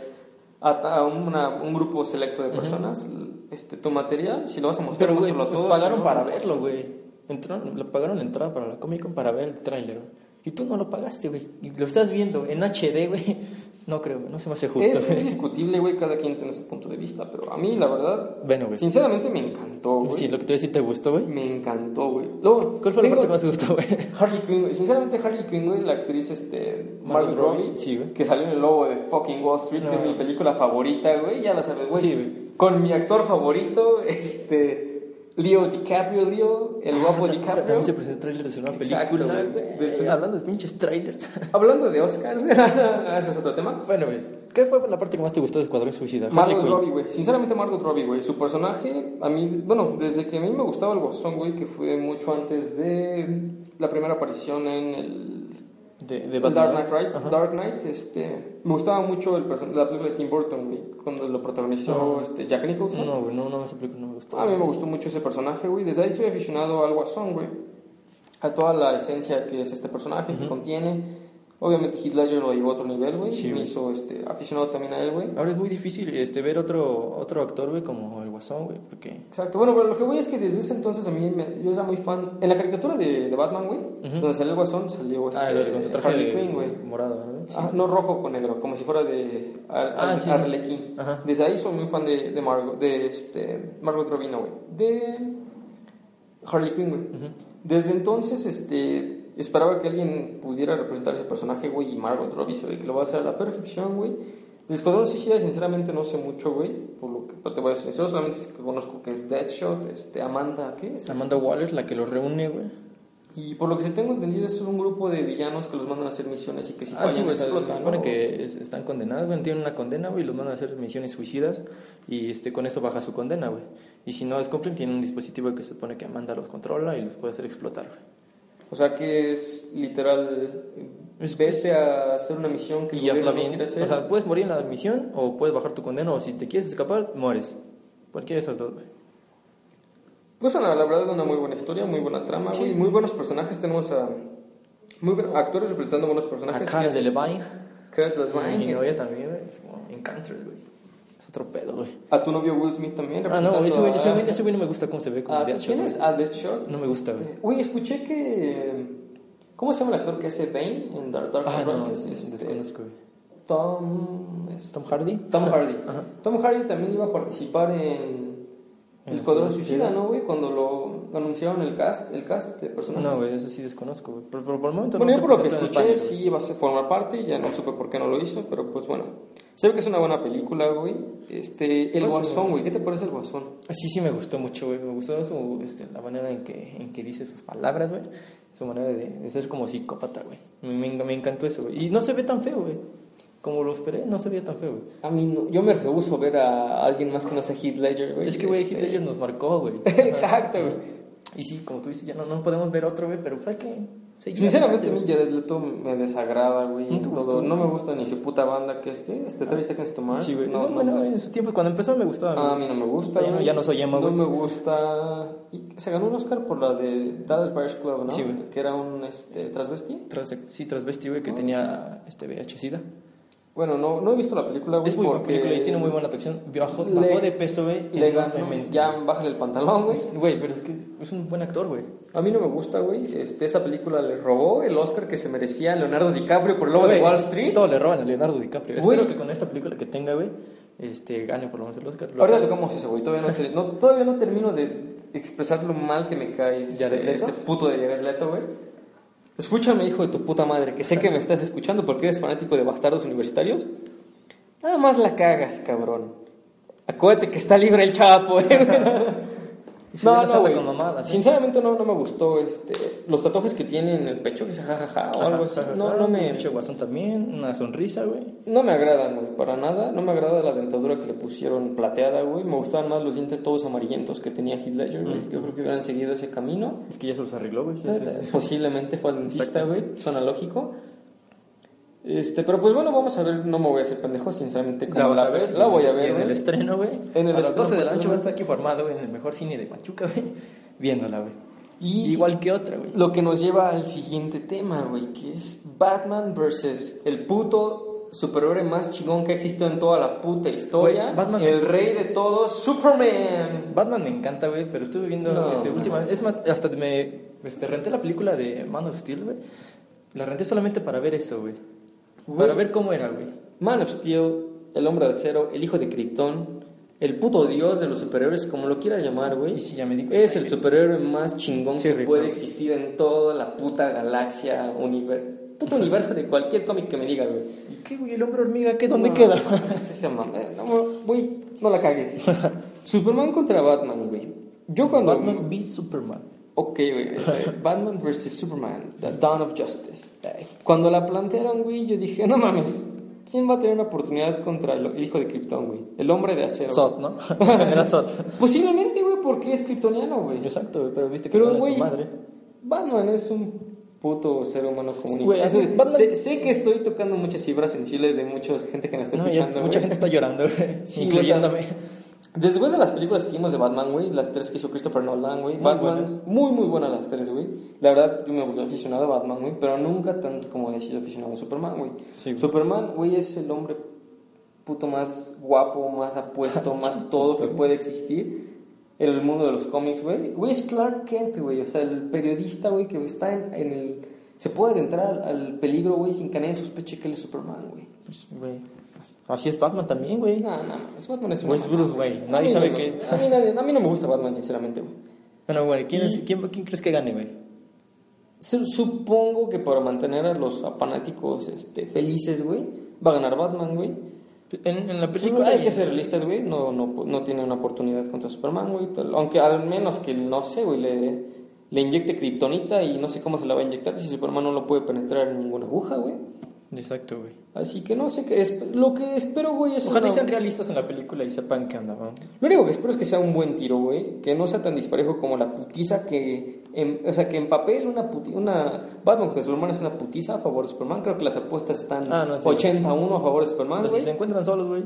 [SPEAKER 2] a, ta- a una- un grupo selecto de personas este, tu material. Si lo vas a mostrar,
[SPEAKER 1] Pero, güey,
[SPEAKER 2] muéstralo a
[SPEAKER 1] pues
[SPEAKER 2] todos,
[SPEAKER 1] pagaron
[SPEAKER 2] ¿no?
[SPEAKER 1] para verlo, güey. Entraron, le pagaron la entrada para la Comic Con para ver el tráiler, güey. Y tú no lo pagaste, güey. Y lo estás viendo en HD, güey. No creo, güey, no se me hace justo.
[SPEAKER 2] Es, es
[SPEAKER 1] güey.
[SPEAKER 2] discutible, güey. Cada quien tiene su punto de vista. Pero a mí, la verdad,
[SPEAKER 1] Bueno, güey.
[SPEAKER 2] sinceramente me encantó, güey.
[SPEAKER 1] Sí, lo que te decía, ¿te gustó, güey?
[SPEAKER 2] Me encantó, güey. Luego,
[SPEAKER 1] ¿Cuál fue la parte
[SPEAKER 2] tengo
[SPEAKER 1] que más te gustó, güey?
[SPEAKER 2] Harley Quinn, güey. Sinceramente, Harley Quinn, güey, la actriz este,
[SPEAKER 1] Margot
[SPEAKER 2] Margot
[SPEAKER 1] Robbie,
[SPEAKER 2] Robbie,
[SPEAKER 1] sí, güey.
[SPEAKER 2] que salió en el logo de fucking Wall Street, que es mi película favorita, güey, ya la sabes, güey.
[SPEAKER 1] Sí, güey.
[SPEAKER 2] Con mi actor favorito, este, Leo DiCaprio, Leo, el guapo
[SPEAKER 1] Ah, Ta- ta-
[SPEAKER 2] DiCaprio.
[SPEAKER 1] También se presentó el tráiler de su nueva
[SPEAKER 2] Exacto,
[SPEAKER 1] película,
[SPEAKER 2] güey.
[SPEAKER 1] güey.
[SPEAKER 2] De su-
[SPEAKER 1] Hablando de pinches trailers.
[SPEAKER 2] Hablando de Oscars, güey, ese es otro tema.
[SPEAKER 1] bueno, güey, ¿qué fue la parte que más te gustó de Escuadrón Suicida? Harley
[SPEAKER 2] Margot
[SPEAKER 1] Quinn.
[SPEAKER 2] Robbie, güey. Sinceramente, Margot Robbie, güey. Su personaje, a mí, bueno, desde que a mí me gustaba el Guasón, güey, que fue mucho antes de la primera aparición en el
[SPEAKER 1] De, de
[SPEAKER 2] El
[SPEAKER 1] Batman.
[SPEAKER 2] Dark Knight, right?
[SPEAKER 1] Ajá.
[SPEAKER 2] Dark Knight, este, me gustaba mucho el person- la película de Tim Burton, güey, cuando lo protagonizó
[SPEAKER 1] No.
[SPEAKER 2] este, Jack Nicholson.
[SPEAKER 1] No, güey, no, no, esa película no me gustó.
[SPEAKER 2] A mí me gustó mucho ese personaje, güey. Desde ahí soy aficionado al Guasón, güey. A toda la esencia que es este personaje, que contiene. Obviamente Heath Ledger lo llevó a otro nivel, güey.
[SPEAKER 1] Sí,
[SPEAKER 2] me
[SPEAKER 1] güey.
[SPEAKER 2] hizo este, aficionado también a él, güey.
[SPEAKER 1] Ahora es muy difícil este, ver otro, otro actor, güey, como el Guasón, güey, porque...
[SPEAKER 2] Exacto, bueno, pero lo que voy es que desde ese entonces a mí me- yo era muy fan. En la caricatura de, de Batman, güey, donde salió el Guasón, salió este,
[SPEAKER 1] Ah, el, con su traje
[SPEAKER 2] Harley
[SPEAKER 1] de-
[SPEAKER 2] Quinn, güey.
[SPEAKER 1] morado, ¿verdad? Sí.
[SPEAKER 2] Ah, no rojo con negro, como si fuera de Ar-
[SPEAKER 1] Ah,
[SPEAKER 2] Ar-
[SPEAKER 1] sí, sí.
[SPEAKER 2] Arlequín.
[SPEAKER 1] Ajá.
[SPEAKER 2] Desde ahí soy muy fan de, de Margot, de este, Margot Robbie, no, güey. De Harley Quinn, güey. Desde entonces, este, esperaba que alguien pudiera representar ese personaje, güey, y Margot Robbie se ve que lo va a hacer a la perfección, güey. Del Escuadrón Suicida, sinceramente, no sé mucho, güey, por lo que pero te voy a ser sincero, solamente es que conozco que es Deadshot, este, Amanda, ¿qué es?
[SPEAKER 1] Amanda Waller, la que los reúne, güey.
[SPEAKER 2] Y por lo que se tengo entendido, es un grupo de villanos que los mandan a hacer misiones y que si
[SPEAKER 1] Ah, sí,
[SPEAKER 2] fallan
[SPEAKER 1] güey, se
[SPEAKER 2] explotan,
[SPEAKER 1] supone
[SPEAKER 2] ¿no?
[SPEAKER 1] que es- están condenados, güey, tienen una condena, güey, y los mandan a hacer misiones suicidas y este, con eso baja su condena, güey. Y si no les cumplen, tienen un dispositivo que se supone que Amanda los controla y los puede hacer explotar, güey.
[SPEAKER 2] O sea que es literal, vete a hacer una misión que
[SPEAKER 1] Y ya
[SPEAKER 2] el
[SPEAKER 1] la
[SPEAKER 2] gobierno no
[SPEAKER 1] bien.
[SPEAKER 2] quiere
[SPEAKER 1] O
[SPEAKER 2] hacer.
[SPEAKER 1] sea, puedes morir en la misión o puedes bajar tu condena o si te quieres escapar, mueres. Cualquiera de esas dos, güey.
[SPEAKER 2] Pues una- la verdad una muy buena historia, muy buena trama, güey, muy buenos personajes. Tenemos a muy buen- actores representando buenos
[SPEAKER 1] A Mm,
[SPEAKER 2] personajes.
[SPEAKER 1] Cara
[SPEAKER 2] Es-
[SPEAKER 1] de Levine.
[SPEAKER 2] Cara Delevingne,
[SPEAKER 1] Y mi
[SPEAKER 2] este,
[SPEAKER 1] novia también, güey. es como En Cancer, güey. Es otro pedo, güey.
[SPEAKER 2] A tu novio Will Smith también.
[SPEAKER 1] Ah, no,
[SPEAKER 2] representando
[SPEAKER 1] ese güey,
[SPEAKER 2] a-
[SPEAKER 1] ese güey- ese güey no me gusta cómo se ve como
[SPEAKER 2] a-
[SPEAKER 1] Deadshot,
[SPEAKER 2] ¿Quién es?
[SPEAKER 1] güey.
[SPEAKER 2] A Deadshot.
[SPEAKER 1] No me gusta, güey.
[SPEAKER 2] Güey, escuché que... ¿Cómo se llama el actor que hace Bane en Dark, Dark
[SPEAKER 1] Ah,
[SPEAKER 2] Knight
[SPEAKER 1] no,
[SPEAKER 2] Rises?
[SPEAKER 1] sí,
[SPEAKER 2] Este,
[SPEAKER 1] desconozco, güey.
[SPEAKER 2] Tom... este, es-
[SPEAKER 1] Tom Hardy.
[SPEAKER 2] Tom Hardy.
[SPEAKER 1] Ajá.
[SPEAKER 2] Tom Hardy también iba a participar en El
[SPEAKER 1] En
[SPEAKER 2] Escuadrón
[SPEAKER 1] el
[SPEAKER 2] Suicida, ¿no, güey? Cuando lo anunciaron el cast, el cast de personajes.
[SPEAKER 1] No, güey, eso sí desconozco, güey. Pero, pero por el momento
[SPEAKER 2] Bueno,
[SPEAKER 1] no
[SPEAKER 2] yo
[SPEAKER 1] se
[SPEAKER 2] por lo que
[SPEAKER 1] presentó en el
[SPEAKER 2] escuché
[SPEAKER 1] panel,
[SPEAKER 2] sí iba a ser- formar parte, ya no supe por qué no lo hizo, pero pues bueno. Se ve que es una buena película, güey. Este, El
[SPEAKER 1] Pues,
[SPEAKER 2] Guasón, güey. ¿Qué te parece El Guasón?
[SPEAKER 1] güey. Sí, sí me gustó mucho, güey. Me gustó su, este, la manera en que, en que dice sus palabras, güey. Su manera de, de ser como psicópata, güey. Me, me enc- me encantó eso, güey. Y no se ve tan feo, güey. Como lo esperé, no se veía tan feo, güey.
[SPEAKER 2] A mí no, yo me rehuso ver a alguien más que no sea Heath Ledger, güey.
[SPEAKER 1] Es que, güey,
[SPEAKER 2] Este-
[SPEAKER 1] Hitler nos marcó, güey.
[SPEAKER 2] Exacto, güey.
[SPEAKER 1] Y sí, como tú dices, ya no, no podemos ver otro, güey, pero fue que... seguir
[SPEAKER 2] Sinceramente, a mí
[SPEAKER 1] adelante,
[SPEAKER 2] Jared Leto me desagrada, güey.
[SPEAKER 1] ¿No
[SPEAKER 2] en
[SPEAKER 1] te
[SPEAKER 2] todo.
[SPEAKER 1] gustó?
[SPEAKER 2] No me gusta ni su puta banda, que es que este 30 Seconds to
[SPEAKER 1] güey.
[SPEAKER 2] Mars.
[SPEAKER 1] Sí, güey. No, bueno, en sus tiempos, cuando empezó me gustaba.
[SPEAKER 2] A
[SPEAKER 1] güey.
[SPEAKER 2] mí no me gusta.
[SPEAKER 1] Ya no-
[SPEAKER 2] güey.
[SPEAKER 1] ya no soy emo,
[SPEAKER 2] No
[SPEAKER 1] güey.
[SPEAKER 2] me gusta. Y se ganó un Oscar por la de Dallas Buyers Club, ¿no?
[SPEAKER 1] Sí, güey.
[SPEAKER 2] Que era un este, transvestí.
[SPEAKER 1] Trans- sí, transvesti, güey, que tenía este VIH-Sida.
[SPEAKER 2] Bueno, no, no he visto la película, güey.
[SPEAKER 1] Es muy buena
[SPEAKER 2] porque
[SPEAKER 1] película y tiene muy buena actuación. Bajó,
[SPEAKER 2] le-
[SPEAKER 1] bajó de peso, güey.
[SPEAKER 2] Le ganó-
[SPEAKER 1] enormemente.
[SPEAKER 2] ya bájale el pantalón, güey.
[SPEAKER 1] Güey, pero es que es un buen actor, güey.
[SPEAKER 2] A mí no me gusta, güey. Este, esa película le robó el Oscar que se merecía a Leonardo DiCaprio por Lobo de
[SPEAKER 1] Güey,
[SPEAKER 2] Wall Street.
[SPEAKER 1] Todo le roban a Leonardo DiCaprio.
[SPEAKER 2] Güey.
[SPEAKER 1] Espero que con esta película que tenga, güey, este, gane por lo menos el Oscar. Lo-
[SPEAKER 2] Ahorita tocamos eso, güey. Todavía no, te- no- todavía no termino de expresar lo mal que me cae este,
[SPEAKER 1] ¿Jared Leto?
[SPEAKER 2] este puto de Jared Leto, güey. Escúchame, hijo de tu puta madre, que sé que me estás escuchando porque eres fanático de bastardos universitarios. Nada más la cagas, cabrón. Acuérdate que está libre el chapo, eh.
[SPEAKER 1] se la saca con mamadas, ¿eh?
[SPEAKER 2] Sinceramente no, no me gustó este, los tatuajes que tiene en el pecho, que es jajaja o
[SPEAKER 1] Ajá,
[SPEAKER 2] algo así.
[SPEAKER 1] ajá,
[SPEAKER 2] No,
[SPEAKER 1] ajá.
[SPEAKER 2] no me...
[SPEAKER 1] Pinche guasón también, una sonrisa, güey.
[SPEAKER 2] No me agradan, güey, para nada. No me agrada la dentadura que le pusieron plateada, güey. Me gustaban más los dientes todos amarillentos que tenía Heath Ledger, güey. Yo creo que hubieran seguido ese camino.
[SPEAKER 1] Es que ya se los arregló, güey. Mm. Sí, sí, sí.
[SPEAKER 2] Posiblemente fue al dentista,
[SPEAKER 1] Exactamente.
[SPEAKER 2] güey. Suena lógico. Este, pero pues bueno, vamos a ver. No me voy a hacer pendejo, sinceramente. como
[SPEAKER 1] La vas a ver.
[SPEAKER 2] La voy a
[SPEAKER 1] Y
[SPEAKER 2] ver,
[SPEAKER 1] En el
[SPEAKER 2] güey.
[SPEAKER 1] estreno, güey.
[SPEAKER 2] En el
[SPEAKER 1] a las
[SPEAKER 2] estreno,
[SPEAKER 1] 12 de la noche
[SPEAKER 2] pues, güey.
[SPEAKER 1] va a estar aquí formado, güey, en el mejor cine de Pachuca, güey. Viéndola, güey.
[SPEAKER 2] Y-
[SPEAKER 1] Igual que otra, güey.
[SPEAKER 2] Lo que nos lleva al siguiente tema, güey, que es Batman versus el puto superhéroe más chingón que ha existido en toda la puta historia.
[SPEAKER 1] Güey, Batman-
[SPEAKER 2] El rey de todos, Superman.
[SPEAKER 1] Batman me encanta, güey, pero estuve viendo
[SPEAKER 2] No,
[SPEAKER 1] este,
[SPEAKER 2] no
[SPEAKER 1] última
[SPEAKER 2] mames.
[SPEAKER 1] Es más, hasta me este, renté la película de Man of Steel, güey. La renté solamente para ver eso, güey.
[SPEAKER 2] Güey.
[SPEAKER 1] Para ver cómo era, güey.
[SPEAKER 2] Man of Steel, El Hombre de Acero, El Hijo de Krypton, el puto dios de los superhéroes, como lo quiera llamar, güey.
[SPEAKER 1] Y sí, ya me di cuenta
[SPEAKER 2] Es el superhéroe más chingón
[SPEAKER 1] Sí,
[SPEAKER 2] que
[SPEAKER 1] rico.
[SPEAKER 2] puede existir en toda la puta galaxia, universo. Puto universo de cualquier cómic que me digas, güey.
[SPEAKER 1] ¿Y qué, güey? ¿El hombre hormiga? ¿Qué? ¿Dónde
[SPEAKER 2] No,
[SPEAKER 1] queda?
[SPEAKER 2] sí, se mama. No, güey, no la cagues. Superman contra Batman, güey. Yo cuando...
[SPEAKER 1] Batman v Superman.
[SPEAKER 2] Ok, güey. eh, Batman vs. Superman, The Dawn of Justice. Ay, Cuando la plantearon, güey, yo dije, no mames, ¿quién va a tener una oportunidad contra el el hijo de Krypton, güey? El hombre de acero.
[SPEAKER 1] Sot, ¿no? Era Sot.
[SPEAKER 2] Posiblemente, güey, porque es kryptoniano, güey.
[SPEAKER 1] Exacto, güey, pero viste que
[SPEAKER 2] Pero,
[SPEAKER 1] no es
[SPEAKER 2] güey,
[SPEAKER 1] su madre.
[SPEAKER 2] Batman es un puto ser humano común. y
[SPEAKER 1] Güey,
[SPEAKER 2] corriente.
[SPEAKER 1] es- Batman-
[SPEAKER 2] sé, sé que estoy tocando muchas fibras sensibles de mucha gente que me está
[SPEAKER 1] No, ya
[SPEAKER 2] escuchando, güey.
[SPEAKER 1] mucha gente está llorando, güey.
[SPEAKER 2] Sí,
[SPEAKER 1] incluyéndome.
[SPEAKER 2] o sea, después de las películas que vimos de Batman, güey, las tres que hizo Christopher Nolan, güey,
[SPEAKER 1] Muy
[SPEAKER 2] Batman,
[SPEAKER 1] buenas.
[SPEAKER 2] muy, muy buenas las tres, güey. La verdad, yo me volví aficionado a Batman, güey, pero nunca tanto como he sido aficionado a Superman, güey.
[SPEAKER 1] Sí, güey.
[SPEAKER 2] Superman, güey, es el hombre puto más guapo, más apuesto, más todo que puede existir en el mundo de los cómics, güey. Güey, es Clark Kent, güey, o sea, el periodista, güey, que está en, en el... Se puede adentrar al, al peligro, güey, sin que nadie sospeche que él es Superman, güey.
[SPEAKER 1] Pues, güey. Así es Batman también, güey.
[SPEAKER 2] No, no, es Batman es
[SPEAKER 1] Güey, es Bruce Wayne. Nadie
[SPEAKER 2] A mí
[SPEAKER 1] sabe
[SPEAKER 2] no,
[SPEAKER 1] que-
[SPEAKER 2] A mí, nadie- a mí no me gusta Batman, sinceramente, güey.
[SPEAKER 1] Bueno, güey, ¿quién, es-
[SPEAKER 2] Y-
[SPEAKER 1] quién, quién crees que gane, güey?
[SPEAKER 2] Su- Supongo que para mantener a los fanáticos este, felices, güey, va a ganar Batman, güey.
[SPEAKER 1] En, en la
[SPEAKER 2] Sí,
[SPEAKER 1] película.
[SPEAKER 2] hay que ser realistas, güey. No, no, no tiene una oportunidad contra Superman, güey. tal- Aunque al menos que, no sé, güey, le, le inyecte kriptonita y no sé cómo se la va a inyectar si Superman no lo puede penetrar en ninguna aguja, güey.
[SPEAKER 1] Exacto, güey.
[SPEAKER 2] Así que no sé qué. es- Lo que espero, güey, es.
[SPEAKER 1] Pues Ojalá y
[SPEAKER 2] una-
[SPEAKER 1] sean realistas en la película y sepan qué anda, ¿no?
[SPEAKER 2] Lo único que espero es que sea un buen tiro, güey. Que no sea tan disparejo como la putiza que... en- o sea, que en papel una puti- una Batman contra Superman es una putiza a favor de Superman. Creo que las apuestas están
[SPEAKER 1] Ah, no, sí.
[SPEAKER 2] 81 a favor de Superman,
[SPEAKER 1] Pero si
[SPEAKER 2] güey.
[SPEAKER 1] se encuentran solos, güey.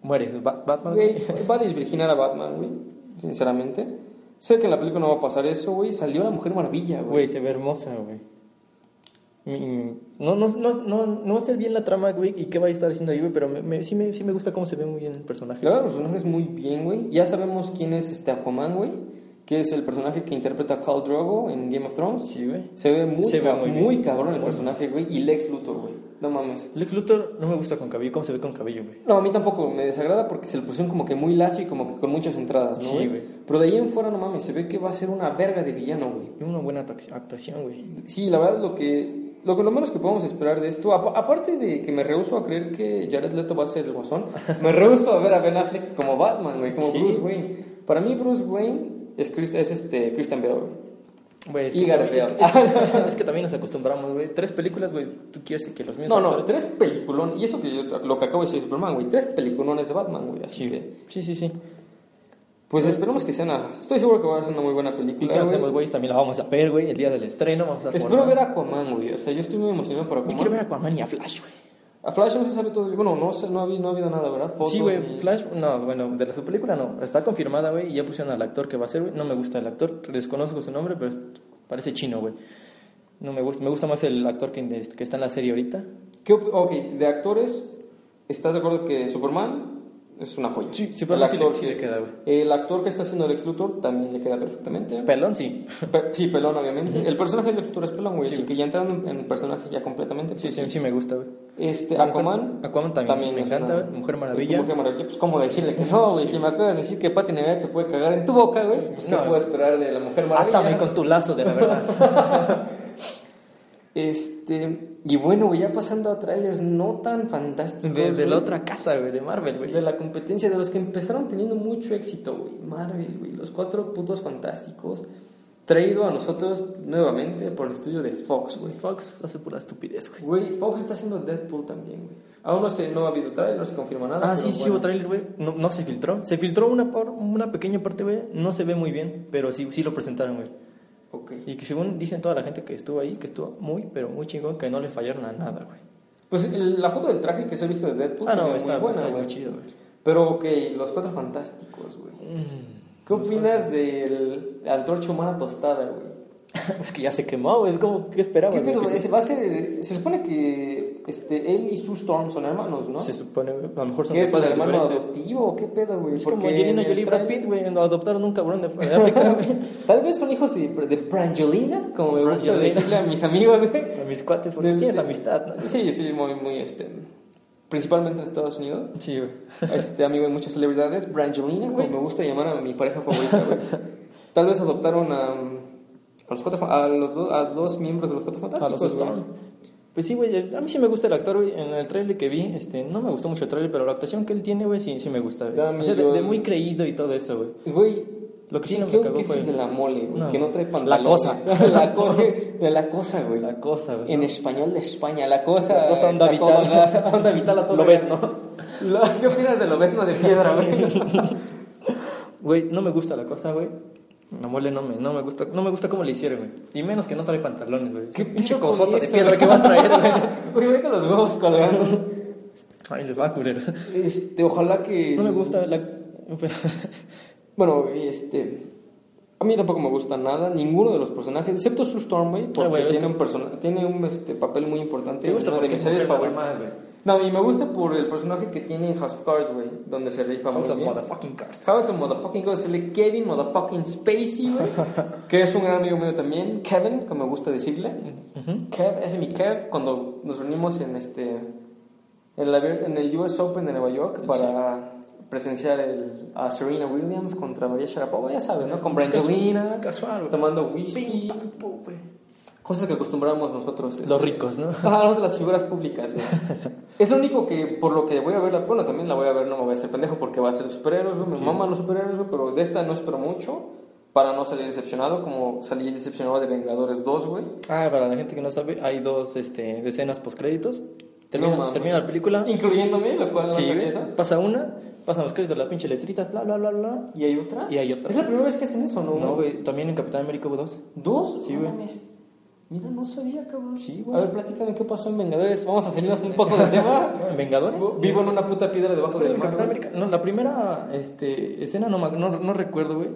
[SPEAKER 1] Muere Ba- Batman.
[SPEAKER 2] Güey, va a desvirginar a Batman, güey. Sinceramente. Sé que en la película no va a pasar eso, güey. Salió la Mujer Maravilla, güey.
[SPEAKER 1] Güey, se ve hermosa, güey. Mm, No, no, no, no, no sé bien la trama, güey, y qué va a estar haciendo ahí, güey, pero me, me- sí, me, sí me gusta cómo se ve muy bien el personaje.
[SPEAKER 2] La verdad, los personajes muy bien, güey. Ya sabemos quién es este Aquaman, güey. Que es el personaje que interpreta a Khal Drogo en Game of Thrones.
[SPEAKER 1] Sí, güey.
[SPEAKER 2] Se ve muy,
[SPEAKER 1] Se ve
[SPEAKER 2] ca-
[SPEAKER 1] muy bien.
[SPEAKER 2] muy cabrón el personaje, güey. Y Lex Luthor, güey. No mames.
[SPEAKER 1] Lex Luthor no me gusta con cabello, cómo se ve con cabello, güey.
[SPEAKER 2] No, a mí tampoco me desagrada porque se le pusieron como que muy lacio y como que con muchas entradas, ¿no?
[SPEAKER 1] Sí,
[SPEAKER 2] güey?
[SPEAKER 1] güey.
[SPEAKER 2] Pero de ahí en fuera, no mames, se ve que va a ser una verga de villano, güey.
[SPEAKER 1] Y una buena actuac- actuación, güey.
[SPEAKER 2] Sí, la verdad, lo que. Lo, que- lo menos que podemos esperar de esto, apa- aparte de que me rehuso a creer que Jared Leto va a ser el guasón, me rehuso a ver a Ben Affleck como Batman, güey, como
[SPEAKER 1] Sí.
[SPEAKER 2] Bruce Wayne. Para mí, Bruce Wayne es, Chris- es este, Christian Bale, güey.
[SPEAKER 1] Güey, es,
[SPEAKER 2] Y
[SPEAKER 1] que también, es,
[SPEAKER 2] Garfield.
[SPEAKER 1] que- es que también nos acostumbramos, güey. Tres películas, güey. Tú quieres que los mismos.
[SPEAKER 2] No, no,
[SPEAKER 1] actores-
[SPEAKER 2] tres peliculones. Y eso que yo, lo que acabo de decir de Superman, güey. Tres peliculones de Batman, güey.
[SPEAKER 1] Sí,
[SPEAKER 2] Así que.
[SPEAKER 1] güey. sí, sí. sí.
[SPEAKER 2] Pues esperemos que sea una. Estoy seguro que va a ser una muy buena película.
[SPEAKER 1] Y que
[SPEAKER 2] güey.
[SPEAKER 1] hacemos, Ah, güey, también la vamos a ver, güey. El día del estreno, vamos a
[SPEAKER 2] Espero
[SPEAKER 1] formar-
[SPEAKER 2] ver a Aquaman, güey. O sea, yo estoy muy emocionado por
[SPEAKER 1] Yo
[SPEAKER 2] Aquaman.
[SPEAKER 1] quiero ver a Aquaman y a Flash, güey.
[SPEAKER 2] A Flash no se sabe todo. Bueno, no, sé, no, ha habido, no ha habido nada, ¿verdad? Fotos
[SPEAKER 1] Sí, güey,
[SPEAKER 2] ni-
[SPEAKER 1] Flash, no, bueno, de la su película no, está confirmada, güey, y ya pusieron al actor que va a ser, güey, no me gusta el actor, desconozco su nombre, pero es- parece chino, güey. No me gusta, me gusta más el actor que, en- que está en la serie ahorita.
[SPEAKER 2] ¿Qué op- ok, de actores, ¿estás de acuerdo que Superman es una joya?
[SPEAKER 1] Sí, Superman sí le- sí le queda, güey.
[SPEAKER 2] El actor que está haciendo Lex Luthor también le queda perfectamente.
[SPEAKER 1] Pelón, sí.
[SPEAKER 2] Pe- sí, pelón, obviamente. El personaje de Lex Luthor es pelón, güey.
[SPEAKER 1] Sí,
[SPEAKER 2] así
[SPEAKER 1] güey.
[SPEAKER 2] que ya entrando en el personaje ya completamente.
[SPEAKER 1] Sí,
[SPEAKER 2] pues,
[SPEAKER 1] sí, sí me gusta, güey.
[SPEAKER 2] Este,
[SPEAKER 1] Mujer-
[SPEAKER 2] Aquaman.
[SPEAKER 1] Aquaman también, me
[SPEAKER 2] es
[SPEAKER 1] encanta,
[SPEAKER 2] una-
[SPEAKER 1] güey. Mujer
[SPEAKER 2] es
[SPEAKER 1] Maravilla.
[SPEAKER 2] tu Mujer Maravilla. Pues, ¿cómo decirle que no, güey? Si me acabas de decir que Patty Navidad se puede cagar en tu boca, güey. Pues, ¿qué
[SPEAKER 1] No.
[SPEAKER 2] puedo esperar de la Mujer Maravilla?
[SPEAKER 1] Hasta me con tu lazo, de la verdad.
[SPEAKER 2] Este, y bueno, güey, ya pasando a trailers no tan fantásticos.
[SPEAKER 1] de, de la
[SPEAKER 2] güey.
[SPEAKER 1] otra casa, güey, de Marvel, güey.
[SPEAKER 2] De la competencia, de los que empezaron teniendo mucho éxito, güey. Marvel, güey. Los cuatro putos fantásticos. Traído a nosotros nuevamente por el estudio de Fox, güey.
[SPEAKER 1] Fox hace pura estupidez, güey.
[SPEAKER 2] Güey, Fox está haciendo Deadpool también, güey. Aún no, se, no ha habido trailer, no se confirma nada.
[SPEAKER 1] Ah,
[SPEAKER 2] pero
[SPEAKER 1] sí, sí hubo
[SPEAKER 2] bueno.
[SPEAKER 1] trailer, güey. No, no se filtró. Se filtró una, par- una pequeña parte, güey. No se ve muy bien, pero sí, sí lo presentaron, güey.
[SPEAKER 2] Ok.
[SPEAKER 1] Y que según dicen toda la gente que estuvo ahí, que estuvo muy, pero muy chingón, que no le fallaron a nada, güey.
[SPEAKER 2] Pues el- la foto del traje que se ha visto de Deadpool
[SPEAKER 1] Ah,
[SPEAKER 2] se ve
[SPEAKER 1] no,
[SPEAKER 2] muy
[SPEAKER 1] está,
[SPEAKER 2] buena,
[SPEAKER 1] está
[SPEAKER 2] güey.
[SPEAKER 1] muy chido, güey.
[SPEAKER 2] Pero ok, los cuatro fantásticos, güey.
[SPEAKER 1] Mm.
[SPEAKER 2] ¿Qué opinas del antorcha humana tostada, güey?
[SPEAKER 1] es que ya se quemó, güey. Es como, ¿qué esperabas?
[SPEAKER 2] ¿Qué
[SPEAKER 1] güey?
[SPEAKER 2] pedo?
[SPEAKER 1] Que se-
[SPEAKER 2] Ese va a ser. Se supone que este, él y Sue Storm son hermanos, ¿no?
[SPEAKER 1] Se supone, güey. A lo mejor son
[SPEAKER 2] ¿Qué es el
[SPEAKER 1] padres
[SPEAKER 2] hermano
[SPEAKER 1] diferentes.
[SPEAKER 2] adoptivo? ¿Qué pedo, güey?
[SPEAKER 1] Es como
[SPEAKER 2] Porque
[SPEAKER 1] Angelina
[SPEAKER 2] en el
[SPEAKER 1] Jolie y Brad
[SPEAKER 2] trailer-
[SPEAKER 1] Pitt, güey. Lo adoptaron un cabrón de fuera de África, güey.
[SPEAKER 2] Tal vez son hijos de, de Brangelina, como me gusta
[SPEAKER 1] Brangelina.
[SPEAKER 2] decirle a mis amigos, güey.
[SPEAKER 1] A mis cuates, porque
[SPEAKER 2] Del-
[SPEAKER 1] tienes
[SPEAKER 2] del-
[SPEAKER 1] amistad, ¿no?
[SPEAKER 2] Sí, sí, muy, muy, este. Principalmente en Estados Unidos.
[SPEAKER 1] Sí, güey.
[SPEAKER 2] este amigo de muchas celebridades, Brangelina, como me gusta llamar a mi pareja favorita, güey. Tal vez adoptaron a, a los cuatro, fa- a los do- a dos miembros de los cuatro
[SPEAKER 1] A
[SPEAKER 2] fantásticos.
[SPEAKER 1] los Storm.
[SPEAKER 2] güey.
[SPEAKER 1] Pues sí, güey, a mí sí me gusta el actor, güey. En el trailer que vi, este, no me gustó mucho el trailer, pero la actuación que él tiene, güey, sí, sí me gusta. güey.
[SPEAKER 2] Dame
[SPEAKER 1] O sea, de,
[SPEAKER 2] yo-
[SPEAKER 1] de muy creído y todo eso, güey.
[SPEAKER 2] Güey,
[SPEAKER 1] Lo que sí
[SPEAKER 2] ¿qué-
[SPEAKER 1] no me
[SPEAKER 2] ¿qué,
[SPEAKER 1] cagó
[SPEAKER 2] qué
[SPEAKER 1] fue-
[SPEAKER 2] dices de la mole, güey?
[SPEAKER 1] No.
[SPEAKER 2] Que no trae
[SPEAKER 1] La
[SPEAKER 2] pantalones.
[SPEAKER 1] cosa.
[SPEAKER 2] la cosa. De la cosa, güey.
[SPEAKER 1] La cosa, güey.
[SPEAKER 2] En español de España, la cosa.
[SPEAKER 1] La cosa onda
[SPEAKER 2] está
[SPEAKER 1] vital.
[SPEAKER 2] todo gas, onda vital a todo
[SPEAKER 1] Lo
[SPEAKER 2] gas.
[SPEAKER 1] ves, ¿no?
[SPEAKER 2] Lo- ¿Qué opinas de lo ves, no de piedra, güey?
[SPEAKER 1] Güey, no me gusta la cosa, güey. La mole no me, no me gusta, no me gusta cómo le hicieron, güey. Y menos que no trae pantalones, güey.
[SPEAKER 2] ¿Qué
[SPEAKER 1] pinche
[SPEAKER 2] pedo con
[SPEAKER 1] cosota de
[SPEAKER 2] eso?
[SPEAKER 1] piedra que va a traer, güey.
[SPEAKER 2] Güey, vete los huevos colgando.
[SPEAKER 1] Ay, les va a curar.
[SPEAKER 2] Este, ojalá que.
[SPEAKER 1] No me gusta la.
[SPEAKER 2] Bueno, este. A mí tampoco me gusta nada, ninguno de los personajes, excepto su Storm, güey, porque
[SPEAKER 1] bueno, Ah, es
[SPEAKER 2] tiene,
[SPEAKER 1] que-
[SPEAKER 2] un persona- tiene un este, papel muy importante.
[SPEAKER 1] Te gusta
[SPEAKER 2] en una
[SPEAKER 1] porque
[SPEAKER 2] de mis
[SPEAKER 1] es
[SPEAKER 2] series
[SPEAKER 1] mujer nada
[SPEAKER 2] favoritas.
[SPEAKER 1] más, güey.
[SPEAKER 2] No, y me gusta por el personaje que tiene en House of Cards, güey, donde se rifa
[SPEAKER 1] House
[SPEAKER 2] muy
[SPEAKER 1] of
[SPEAKER 2] bien.
[SPEAKER 1] motherfucking cards.
[SPEAKER 2] House of Motherfucking Cards, el Kevin Motherfucking Spacey, güey, que es un gran amigo mío también, Kevin, como me gusta decirle. Kev, ese es mi Kev, cuando nos reunimos en este... En, la- en el US Open de Nueva York para presenciar el, a Serena Williams contra María Sharapova, ya sabes, ¿no? Con Brangelina,
[SPEAKER 1] Casual, güey.
[SPEAKER 2] tomando whisky, cosas que acostumbramos nosotros.
[SPEAKER 1] Los
[SPEAKER 2] este,
[SPEAKER 1] ricos, ¿no?
[SPEAKER 2] Ah, no, de las figuras públicas, güey. Es lo único que, por lo que voy a verla, bueno, también la voy a ver, no me voy a hacer pendejo porque va a ser superhéroes, güey. Me maman los superhéroes, güey, pero de esta no espero mucho para no salir decepcionado, como salí decepcionado de Vengadores 2, güey.
[SPEAKER 1] Ah, para la gente que no sabe, hay dos este, escenas postcréditos.
[SPEAKER 2] No
[SPEAKER 1] Termina,
[SPEAKER 2] mames.
[SPEAKER 1] termina la película.
[SPEAKER 2] Incluyéndome, lo cual no
[SPEAKER 1] Sí,
[SPEAKER 2] sabía
[SPEAKER 1] güey.
[SPEAKER 2] eso.
[SPEAKER 1] pasa una, pasan los créditos, las pinches letritas, bla, bla, bla, bla.
[SPEAKER 2] ¿Y hay otra?
[SPEAKER 1] Y hay otra.
[SPEAKER 2] ¿Es la primera vez que hacen eso, no?
[SPEAKER 1] No, güey, también en Capitán América hubo dos.
[SPEAKER 2] ¿Dos?
[SPEAKER 1] Sí,
[SPEAKER 2] No
[SPEAKER 1] güey.
[SPEAKER 2] mames. Mira, no sabía, cabrón.
[SPEAKER 1] Sí, güey.
[SPEAKER 2] A ver, platícame qué pasó en Vengadores. Vamos a salirnos un poco del tema.
[SPEAKER 1] ¿En Vengadores?
[SPEAKER 2] Vivo en una puta piedra debajo del
[SPEAKER 1] En
[SPEAKER 2] mar.
[SPEAKER 1] Capitán América, no, la primera este, escena no, me- no, no recuerdo, güey.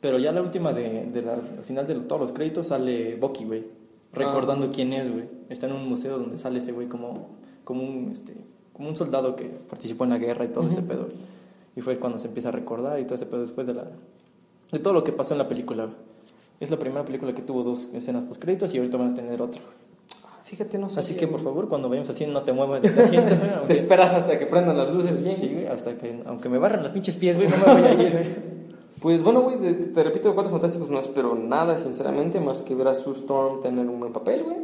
[SPEAKER 1] Pero ya la última de, de las, al final de todos los créditos sale Bucky, güey. Recordando quién es, güey. Está en un museo donde sale ese güey como, como, un, este, como un soldado que participó en la guerra y todo ese pedo. güey. Y fue cuando se empieza a recordar y todo ese pedo después de, la, de todo lo que pasó en la película. güey. Es la primera película que tuvo dos escenas post créditos y ahorita van a tener otra. güey.
[SPEAKER 2] Ah, Fíjate, no sabía.
[SPEAKER 1] Así que por favor, cuando vayamos al cine no te muevas del asiento. güey,
[SPEAKER 2] Te
[SPEAKER 1] aunque-
[SPEAKER 2] esperas hasta que prendan las luces bien.
[SPEAKER 1] Sí, güey, hasta que, aunque me barran los pinches pies, güey, no me voy a ir, güey.
[SPEAKER 2] Pues bueno, güey, de- te, repito, de Cuatro Fantásticos no espero nada, sinceramente, más que ver a Sue Storm tener un buen papel, güey.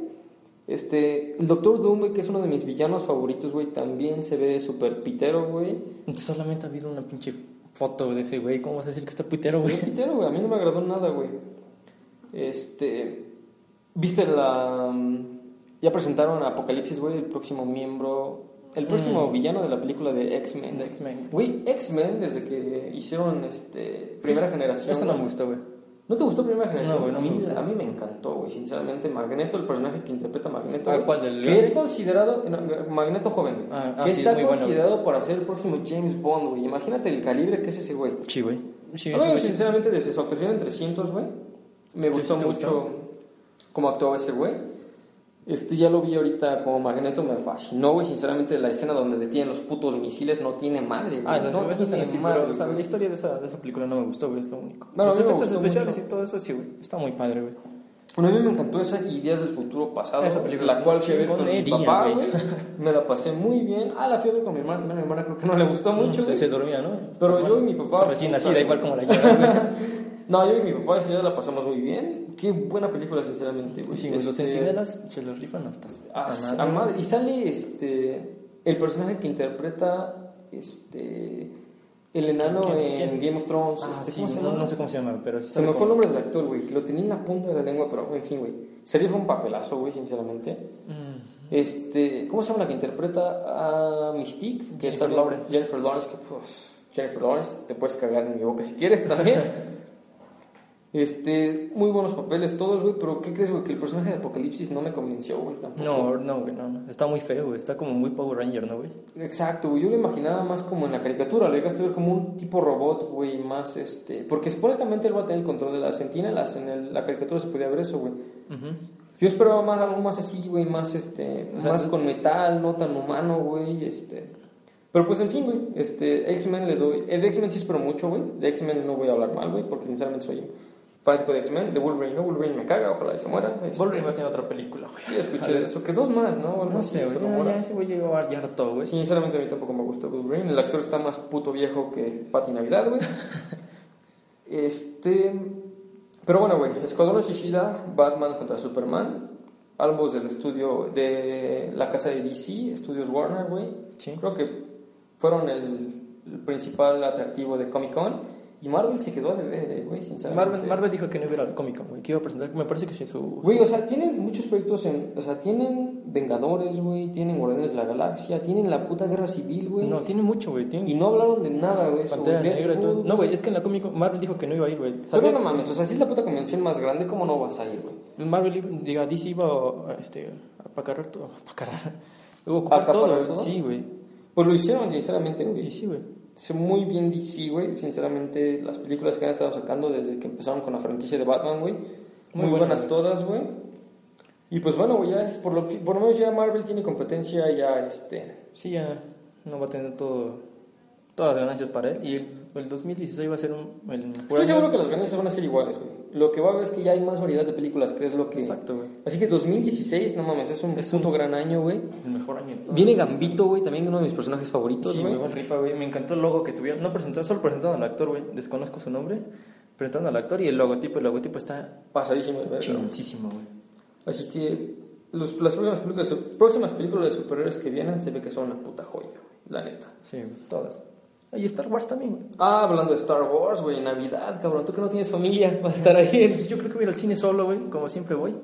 [SPEAKER 2] Este, el Doctor Doom, güey, que es uno de mis villanos favoritos, güey, también se ve súper pitero, güey.
[SPEAKER 1] Solamente ha habido una pinche foto de ese güey, ¿cómo vas a decir que está puitero,
[SPEAKER 2] Se ve
[SPEAKER 1] güey?
[SPEAKER 2] pitero, güey, a mí no me agradó nada, güey. Este, viste la... mm, Ya presentaron a Apocalipsis, güey, el próximo miembro... El próximo villano de la película de X-Men.
[SPEAKER 1] Mm. De X-Men.
[SPEAKER 2] Güey, X-Men, desde que hicieron, este, primera generación.
[SPEAKER 1] Eso no
[SPEAKER 2] güey.
[SPEAKER 1] me gustó, güey.
[SPEAKER 2] ¿No te gustó Primera Generación?
[SPEAKER 1] No, güey, no
[SPEAKER 2] a,
[SPEAKER 1] me
[SPEAKER 2] mí,
[SPEAKER 1] gustó.
[SPEAKER 2] a mí me encantó, güey, sinceramente. Magneto, el personaje que interpreta Magneto.
[SPEAKER 1] Ah,
[SPEAKER 2] güey,
[SPEAKER 1] ¿cuál, del
[SPEAKER 2] que
[SPEAKER 1] león?
[SPEAKER 2] es considerado. eh, no, Magneto joven.
[SPEAKER 1] Ah, ah,
[SPEAKER 2] que
[SPEAKER 1] sí,
[SPEAKER 2] está
[SPEAKER 1] es muy bueno,
[SPEAKER 2] considerado para ser el próximo James Bond, güey. Imagínate el calibre que es ese güey.
[SPEAKER 1] Sí, güey. Sí,
[SPEAKER 2] A
[SPEAKER 1] ese
[SPEAKER 2] mí,
[SPEAKER 1] güey sí.
[SPEAKER 2] sinceramente, desde su actuación en 300, güey, me
[SPEAKER 1] Sí,
[SPEAKER 2] gustó
[SPEAKER 1] sí te
[SPEAKER 2] mucho.
[SPEAKER 1] gustó.
[SPEAKER 2] cómo actuaba ese güey. Este ya lo vi ahorita como Magneto, me fascinó, güey. Sinceramente, la escena donde detienen los putos misiles no tiene madre, güey.
[SPEAKER 1] Ah, no, no, eso es
[SPEAKER 2] tiene
[SPEAKER 1] así,
[SPEAKER 2] madre,
[SPEAKER 1] pero, o sea,
[SPEAKER 2] güey.
[SPEAKER 1] la historia de esa, de esa película no me gustó, güey, es lo único.
[SPEAKER 2] Bueno,
[SPEAKER 1] Los
[SPEAKER 2] a mí me
[SPEAKER 1] efectos
[SPEAKER 2] gustó
[SPEAKER 1] especiales
[SPEAKER 2] mucho.
[SPEAKER 1] y todo eso, sí, güey, está muy padre, güey.
[SPEAKER 2] Bueno, a mí me encantó esa Ideas del Futuro Pasado,
[SPEAKER 1] Esa película
[SPEAKER 2] la
[SPEAKER 1] es
[SPEAKER 2] cual
[SPEAKER 1] una
[SPEAKER 2] fui a ver con mi
[SPEAKER 1] chingonería,
[SPEAKER 2] papá,
[SPEAKER 1] güey.
[SPEAKER 2] güey. Me la pasé muy bien. Ah, la fui a ver con mi hermana también. A mi hermana creo que no le gustó mucho,
[SPEAKER 1] se,
[SPEAKER 2] güey.
[SPEAKER 1] se dormía, ¿no?
[SPEAKER 2] Pero yo y mi papá-
[SPEAKER 1] Está Recién nacida, igual como la lleva, güey.
[SPEAKER 2] No, yo y mi papá ese día la pasamos muy bien. Qué buena película, sinceramente, güey.
[SPEAKER 1] Sí, güey, Ah, los
[SPEAKER 2] Este,
[SPEAKER 1] centinelas se los rifan hasta su
[SPEAKER 2] a-
[SPEAKER 1] puta
[SPEAKER 2] a
[SPEAKER 1] madre.
[SPEAKER 2] madre. Y sale este el personaje que interpreta este el enano
[SPEAKER 1] quién,
[SPEAKER 2] en
[SPEAKER 1] quién?
[SPEAKER 2] Game of Thrones.
[SPEAKER 1] Ah,
[SPEAKER 2] este,
[SPEAKER 1] sí,
[SPEAKER 2] ¿cómo se
[SPEAKER 1] no,
[SPEAKER 2] llama?
[SPEAKER 1] no sé cómo se llama, pero...
[SPEAKER 2] Se me fue el nombre del actor, güey. Lo tenía en la punta de la lengua, pero en fin, güey. Sería un papelazo, güey, sinceramente. Este, ¿cómo se llama la que interpreta a Mystique? Que
[SPEAKER 1] Jennifer
[SPEAKER 2] sale-
[SPEAKER 1] Lawrence.
[SPEAKER 2] Jennifer Lawrence, que pues, Jennifer Lawrence, te puedes cagar en mi boca si quieres también. este, muy buenos papeles todos, güey, pero ¿qué crees, güey? Que el personaje de Apocalipsis no me convenció, güey, tampoco.
[SPEAKER 1] No, no, güey, no, no. Está muy feo, güey. Está como muy Power Ranger, ¿no, güey?
[SPEAKER 2] Exacto, güey. Yo lo imaginaba más como en la caricatura. Lo llegaste a ver como un tipo robot, güey, más este. Porque supuestamente él va a tener el control de las sentinelas. En el- la caricatura se podía ver eso, güey. Yo esperaba más algo más así, güey, más este.
[SPEAKER 1] O sea,
[SPEAKER 2] más
[SPEAKER 1] tú-
[SPEAKER 2] con metal, no tan humano, güey, este. Pero pues en fin, güey, este, X-Men le doy. eh, De X-Men sí espero mucho, güey. De X-Men no voy a hablar mal, güey, porque sinceramente soy fanático de X-Men. De Wolverine, no, Wolverine me caga, ojalá y se muera. este.
[SPEAKER 1] Wolverine va a tener otra película, güey.
[SPEAKER 2] Sí, escuché eso, que dos más, ¿no? Algo
[SPEAKER 1] No
[SPEAKER 2] así,
[SPEAKER 1] sé,
[SPEAKER 2] se
[SPEAKER 1] güey.
[SPEAKER 2] lo
[SPEAKER 1] Ya,
[SPEAKER 2] muera.
[SPEAKER 1] ya ese güey llegó a harto, güey.
[SPEAKER 2] Pues, Sinceramente a mí tampoco me gusta Wolverine. El actor está más puto viejo que Patty Navidad, güey. este... Pero bueno, güey. Escuadrón Shishida, Batman contra Superman. Ambos del estudio de la casa de DC, Estudios Warner, güey.
[SPEAKER 1] Sí.
[SPEAKER 2] Creo que fueron el, el principal atractivo de Comic Con. Y Marvel se quedó de ver, eh, güey, sinceramente.
[SPEAKER 1] Marvel, Marvel dijo que no iba a ir al cómico, güey. Que iba a presentar... Me parece que sí su...
[SPEAKER 2] Güey, o sea, tienen muchos proyectos en... O sea, tienen Vengadores, güey. Tienen Guardianes de la Galaxia. Tienen la puta Guerra Civil, güey.
[SPEAKER 1] No, tiene mucho, güey. Tiene...
[SPEAKER 2] Y no hablaron de nada, güey. eso,
[SPEAKER 1] Pantera
[SPEAKER 2] güey.
[SPEAKER 1] negra y todo.
[SPEAKER 2] Deadpool.
[SPEAKER 1] No, güey, es que en la cómico Marvel dijo que no iba a ir, güey.
[SPEAKER 2] Pero
[SPEAKER 1] Sabía-
[SPEAKER 2] no mames, o sea, si es la puta convención más grande, ¿cómo no vas a ir, güey?
[SPEAKER 1] Marvel, iba- diga, DC iba a, este, a pacarrar todo. A pacarrar. Iba a
[SPEAKER 2] ¿A
[SPEAKER 1] ocupar todo,
[SPEAKER 2] acaparar
[SPEAKER 1] güey.
[SPEAKER 2] todo?
[SPEAKER 1] Sí, güey.
[SPEAKER 2] Pues lo hicieron, sinceramente, güey.
[SPEAKER 1] Y sí, güey.
[SPEAKER 2] Se muy bien DC, güey. Sinceramente, las películas que han estado sacando desde que empezaron con la franquicia de Batman, güey. Muy,
[SPEAKER 1] Muy buena,
[SPEAKER 2] buenas
[SPEAKER 1] güey.
[SPEAKER 2] todas, güey. Y pues bueno, güey, ya es por lo, por lo menos ya Marvel tiene competencia, ya este.
[SPEAKER 1] Sí, ya no va a tener todo, todas las ganancias para él. Y el, el 2016 va a ser un. El,
[SPEAKER 2] Estoy seguro que las ganancias van a ser iguales, güey. Lo que va a haber es que ya hay más variedad de películas, que es lo que.
[SPEAKER 1] Exacto, güey.
[SPEAKER 2] Así que 2016, no mames, es un, es un gran año, güey.
[SPEAKER 1] El mejor año. de todo.
[SPEAKER 2] Viene Gambito, güey, también uno de mis personajes favoritos,
[SPEAKER 1] Sí,
[SPEAKER 2] güey.
[SPEAKER 1] güey, buen rifa, güey. Me encantó el logo que tuvieron. No presentaron, solo presentaron al actor, güey. Desconozco su nombre. Presentaron al actor y el logotipo. El logotipo está
[SPEAKER 2] Pasadísimo de verga.
[SPEAKER 1] chingoncísimo, güey.
[SPEAKER 2] Así que los- las próximas películas, próximas películas de superhéroes que vienen se ve que son una puta joya, güey, la neta.
[SPEAKER 1] Sí, güey, todas. Y Star Wars también, güey.
[SPEAKER 2] Ah, hablando de Star Wars, güey, Navidad, cabrón, tú que no tienes familia, vas a estar ahí. en-
[SPEAKER 1] Pues Yo creo que voy a ir al cine solo, güey, como siempre voy,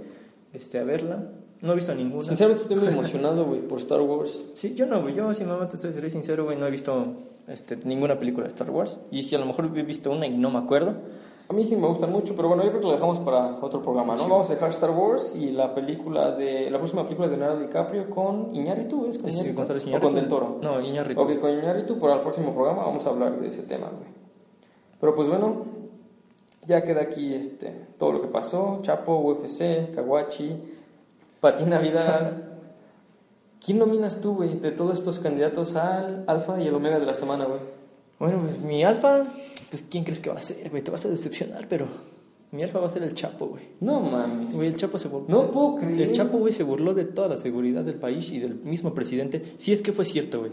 [SPEAKER 1] este, a verla. No he visto ninguna.
[SPEAKER 2] Sinceramente estoy muy emocionado, güey, por Star Wars.
[SPEAKER 1] Sí, yo no, güey. Yo, si mamá, te seré sincero, güey, no he visto este, ninguna película de Star Wars. Y si a lo mejor he visto una y no me acuerdo.
[SPEAKER 2] A mí sí me gustan mucho, pero bueno, yo creo que lo dejamos para otro programa, ¿no? Vamos a dejar Star Wars y la película de la próxima película de Leonardo DiCaprio con Iñárritu, ¿es? Con
[SPEAKER 1] Es
[SPEAKER 2] Iñárritu?
[SPEAKER 1] González
[SPEAKER 2] o con
[SPEAKER 1] Iñárritu.
[SPEAKER 2] Del Toro.
[SPEAKER 1] No, Iñárritu.
[SPEAKER 2] Ok, con Iñárritu, para el próximo programa vamos a hablar de ese tema, güey. Pero pues bueno, ya queda aquí este, todo lo que pasó. Chapo, UFC, Kawachi, Pati Navidad. ¿Quién nominas tú, güey, de todos estos candidatos al Alfa y el Omega de la semana, güey?
[SPEAKER 1] Bueno, pues mi alfa, pues ¿quién crees que va a ser, güey? Te vas a decepcionar, pero mi alfa va a ser el Chapo, güey.
[SPEAKER 2] No mames.
[SPEAKER 1] Güey, el Chapo se burló.
[SPEAKER 2] No puedo creer.
[SPEAKER 1] El Chapo, güey, se burló de toda la seguridad del país y del mismo presidente. Si es que fue cierto, güey.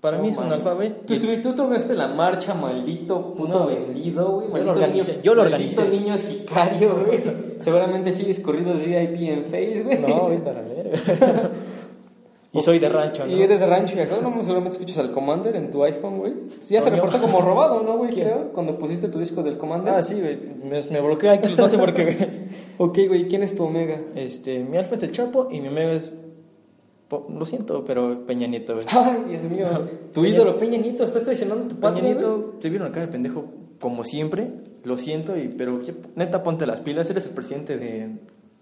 [SPEAKER 1] Para
[SPEAKER 2] No
[SPEAKER 1] mí es un
[SPEAKER 2] mames.
[SPEAKER 1] alfa, güey.
[SPEAKER 2] Tú estuviste, tú te organizaste la marcha, maldito puto
[SPEAKER 1] No, güey.
[SPEAKER 2] vendido, güey.
[SPEAKER 1] Yo
[SPEAKER 2] maldito
[SPEAKER 1] lo organicé,
[SPEAKER 2] niño-
[SPEAKER 1] yo lo
[SPEAKER 2] maldito
[SPEAKER 1] organicé.
[SPEAKER 2] niño sicario, güey. Seguramente sigues corridos VIP en Face, güey.
[SPEAKER 1] No, güey, para ver. güey. y soy de rancho, ¿no?
[SPEAKER 2] Y eres de rancho y acá no seguramente escuchas al Commander en tu iPhone, güey. Sí, ya se
[SPEAKER 1] Coño.
[SPEAKER 2] reportó como robado, ¿no, güey?
[SPEAKER 1] ¿Quién?
[SPEAKER 2] Creo, cuando pusiste tu disco del Commander.
[SPEAKER 1] Ah, sí, güey. Me, me bloqueé aquí, no sé por qué, güey.
[SPEAKER 2] Ok, güey, ¿quién es tu Omega?
[SPEAKER 1] Este, mi alfa es el Chapo y mi omega es. po- Lo siento, pero Peña Nieto, güey.
[SPEAKER 2] Ay, Dios mío. Tu
[SPEAKER 1] Peña-
[SPEAKER 2] ídolo, Peña Nieto, estás traicionando tu
[SPEAKER 1] Peña
[SPEAKER 2] patria, güey.
[SPEAKER 1] Nieto, te vieron acá de pendejo como siempre. Lo siento, y, pero ya, neta, ponte las pilas. Eres el presidente de,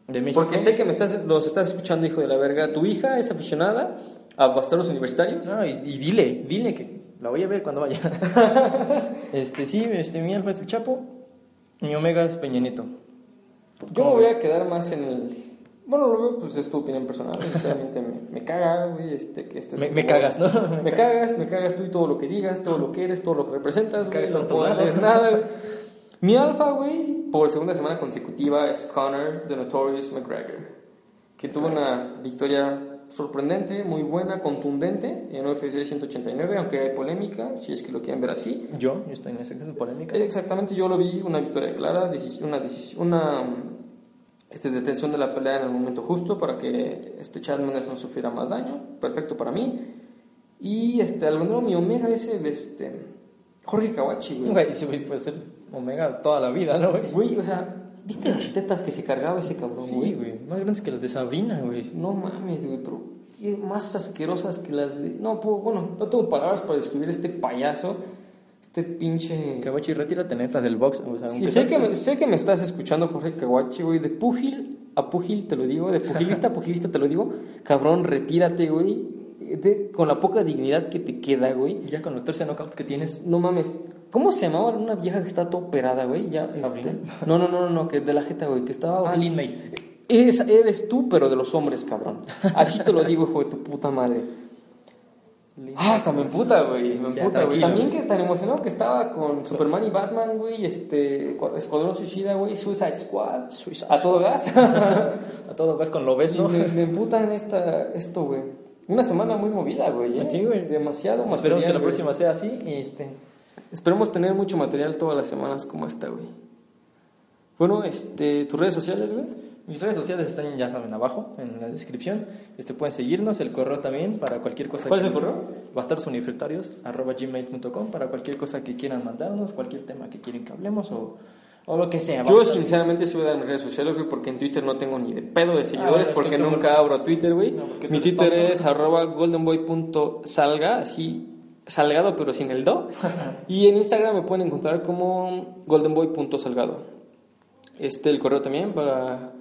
[SPEAKER 1] de México.
[SPEAKER 2] Porque sé que me estás, los estás escuchando, hijo de la verga. Tu hija es aficionada a bastardos universitarios.
[SPEAKER 1] No, y, y dile, dile que la voy a ver cuando vaya. este, sí, este, mi alfa es el Chapo. Mi omega es Peña Nieto.
[SPEAKER 2] Yo
[SPEAKER 1] ¿Cómo
[SPEAKER 2] me voy
[SPEAKER 1] ves?
[SPEAKER 2] a quedar más en el Bueno, lo veo, pues es tu opinión personal. Sinceramente, me, me caga, güey. Este, que estés
[SPEAKER 1] Me- me
[SPEAKER 2] como-
[SPEAKER 1] cagas, ¿no?
[SPEAKER 2] Me, cagas, me cagas tú y todo lo que digas, todo lo que eres, todo lo que representas, güey.
[SPEAKER 1] Cagas
[SPEAKER 2] No
[SPEAKER 1] por todos
[SPEAKER 2] puedes
[SPEAKER 1] lados.
[SPEAKER 2] nada, güey. Mi alfa, güey, por segunda semana consecutiva es Connor de Notorious McGregor. Que tuvo una victoria sorprendente, muy buena, contundente en UFC 189, aunque hay polémica, si es que lo quieren ver así.
[SPEAKER 1] Yo, yo estoy en ese caso polémica.
[SPEAKER 2] Eh, Exactamente, yo lo vi, una victoria clara, decis- una, decis- una mm, este, detención de la pelea en el momento justo para que este Chad Mendes no sufriera más daño, perfecto para mí. Y este, al ganador mi omega es el este, Jorge Kawachi, güey.
[SPEAKER 1] Güey, ese güey puede ser Omega toda la vida, ¿no, güey?
[SPEAKER 2] Güey, o sea, ¿viste las tetas que se cargaba ese cabrón,
[SPEAKER 1] Sí, güey. Más grandes que los de Sabrina, güey.
[SPEAKER 2] No mames, güey, pero qué más asquerosas que las de... No, puedo, bueno, no tengo palabras para describir este payaso, este pinche...
[SPEAKER 1] Kawachi, retírate neta del box. O sea,
[SPEAKER 2] Sí,
[SPEAKER 1] aunque
[SPEAKER 2] sé,
[SPEAKER 1] sea-
[SPEAKER 2] que me, sé que me estás escuchando, Jorge Kawachi, güey. De pugil a pugil te lo digo, de pugilista a pugilista te lo digo. Cabrón, retírate, güey. De- con la poca dignidad que te queda, güey.
[SPEAKER 1] Ya con los 13 knockouts que tienes,
[SPEAKER 2] No mames. ¿Cómo se llamaba una vieja que está toda operada, güey? Ya, este-
[SPEAKER 1] ¿Sabrina?
[SPEAKER 2] No, no, no, no, no, que de la jeta, güey, que estaba...
[SPEAKER 1] Ah, Lin May.
[SPEAKER 2] Eres, eres tú, pero de los hombres, cabrón. Así te lo digo, hijo de tu puta madre. Ah, hasta me emputa, güey. Me
[SPEAKER 1] Ya,
[SPEAKER 2] emputa, güey.
[SPEAKER 1] tranquilo,
[SPEAKER 2] También
[SPEAKER 1] güey.
[SPEAKER 2] que tan emocionado que estaba con Superman y Batman, güey. Este, cu- Escuadrón Suicida, güey. Suicide Squad. a todo gas.
[SPEAKER 1] a todo gas con lo ves,
[SPEAKER 2] Y
[SPEAKER 1] ¿no?
[SPEAKER 2] me, me emputa en esta, esto, güey. Una semana muy movida, güey. ¿eh?
[SPEAKER 1] Pues Sí, güey.
[SPEAKER 2] Demasiado más.
[SPEAKER 1] Esperemos que la próxima sea así. y, Este,
[SPEAKER 2] Esperemos tener mucho material todas las semanas como esta, güey. Bueno, este, tus redes sociales, güey.
[SPEAKER 1] mis redes sociales están, ya saben, abajo, en la descripción. Este, pueden seguirnos, el correo también, para cualquier cosa.
[SPEAKER 2] ¿Cuál es
[SPEAKER 1] que-
[SPEAKER 2] el correo?
[SPEAKER 1] Bastardsuniversitarios, arroba gmail.com, para cualquier cosa que quieran mandarnos, cualquier tema que quieren que hablemos o, o lo que sea.
[SPEAKER 2] Yo
[SPEAKER 1] Vamos a-
[SPEAKER 2] sinceramente sí voy a dar mis redes sociales, güey, porque en Twitter no tengo ni de pedo de
[SPEAKER 1] bueno,
[SPEAKER 2] seguidores,
[SPEAKER 1] Ah, es que
[SPEAKER 2] porque
[SPEAKER 1] tú no-
[SPEAKER 2] nunca abro Twitter, güey.
[SPEAKER 1] No, porque tú
[SPEAKER 2] Mi
[SPEAKER 1] eres
[SPEAKER 2] Twitter
[SPEAKER 1] tonto.
[SPEAKER 2] es arroba goldenboy.salga, así salgado pero sin el do. y en Instagram me pueden encontrar como goldenboy.salgado. Este, el correo también para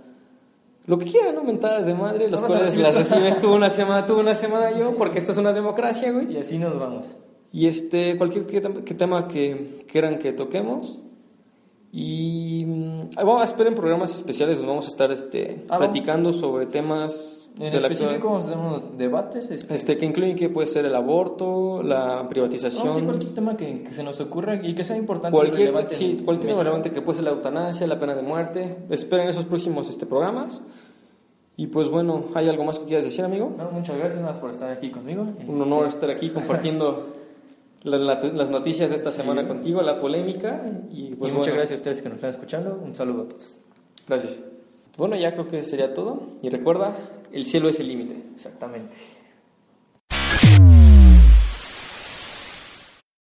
[SPEAKER 2] lo que quieran, ¿no? Mentadas de madre, los
[SPEAKER 1] Vamos a
[SPEAKER 2] cuales las
[SPEAKER 1] recibir.
[SPEAKER 2] recibes tú una semana, tú una semana, yo, porque esto es una democracia, güey.
[SPEAKER 1] Y así nos vamos.
[SPEAKER 2] Y este, cualquier que tem- que tema que quieran que toquemos. Y mm, ah, bueno, esperen programas especiales donde vamos a estar este,
[SPEAKER 1] Ah, bueno.
[SPEAKER 2] platicando sobre temas
[SPEAKER 1] En
[SPEAKER 2] de la
[SPEAKER 1] específico vamos a hacer unos debates.
[SPEAKER 2] actualidad.
[SPEAKER 1] Este,
[SPEAKER 2] Este, que incluyen que puede ser el aborto, la privatización,
[SPEAKER 1] no, sí, cualquier tema que, que se nos ocurra y que sea importante. y
[SPEAKER 2] cualquier,
[SPEAKER 1] relevante en
[SPEAKER 2] sí, cualquier tema
[SPEAKER 1] México.
[SPEAKER 2] relevante que puede ser la eutanasia, la pena de muerte. Esperen esos próximos este, programas. Y pues bueno, ¿hay algo más que quieras decir, amigo?
[SPEAKER 1] No, muchas gracias nada más por estar aquí conmigo.
[SPEAKER 2] Un honor estar aquí compartiendo la- la- las noticias de esta semana contigo, la polémica. Y,
[SPEAKER 1] Este, Y
[SPEAKER 2] pues,
[SPEAKER 1] muchas
[SPEAKER 2] bueno.
[SPEAKER 1] gracias a ustedes que nos están escuchando. Un saludo a todos.
[SPEAKER 2] Gracias. Bueno, ya creo que sería todo. Y recuerda, el cielo es el límite.
[SPEAKER 1] Exactamente.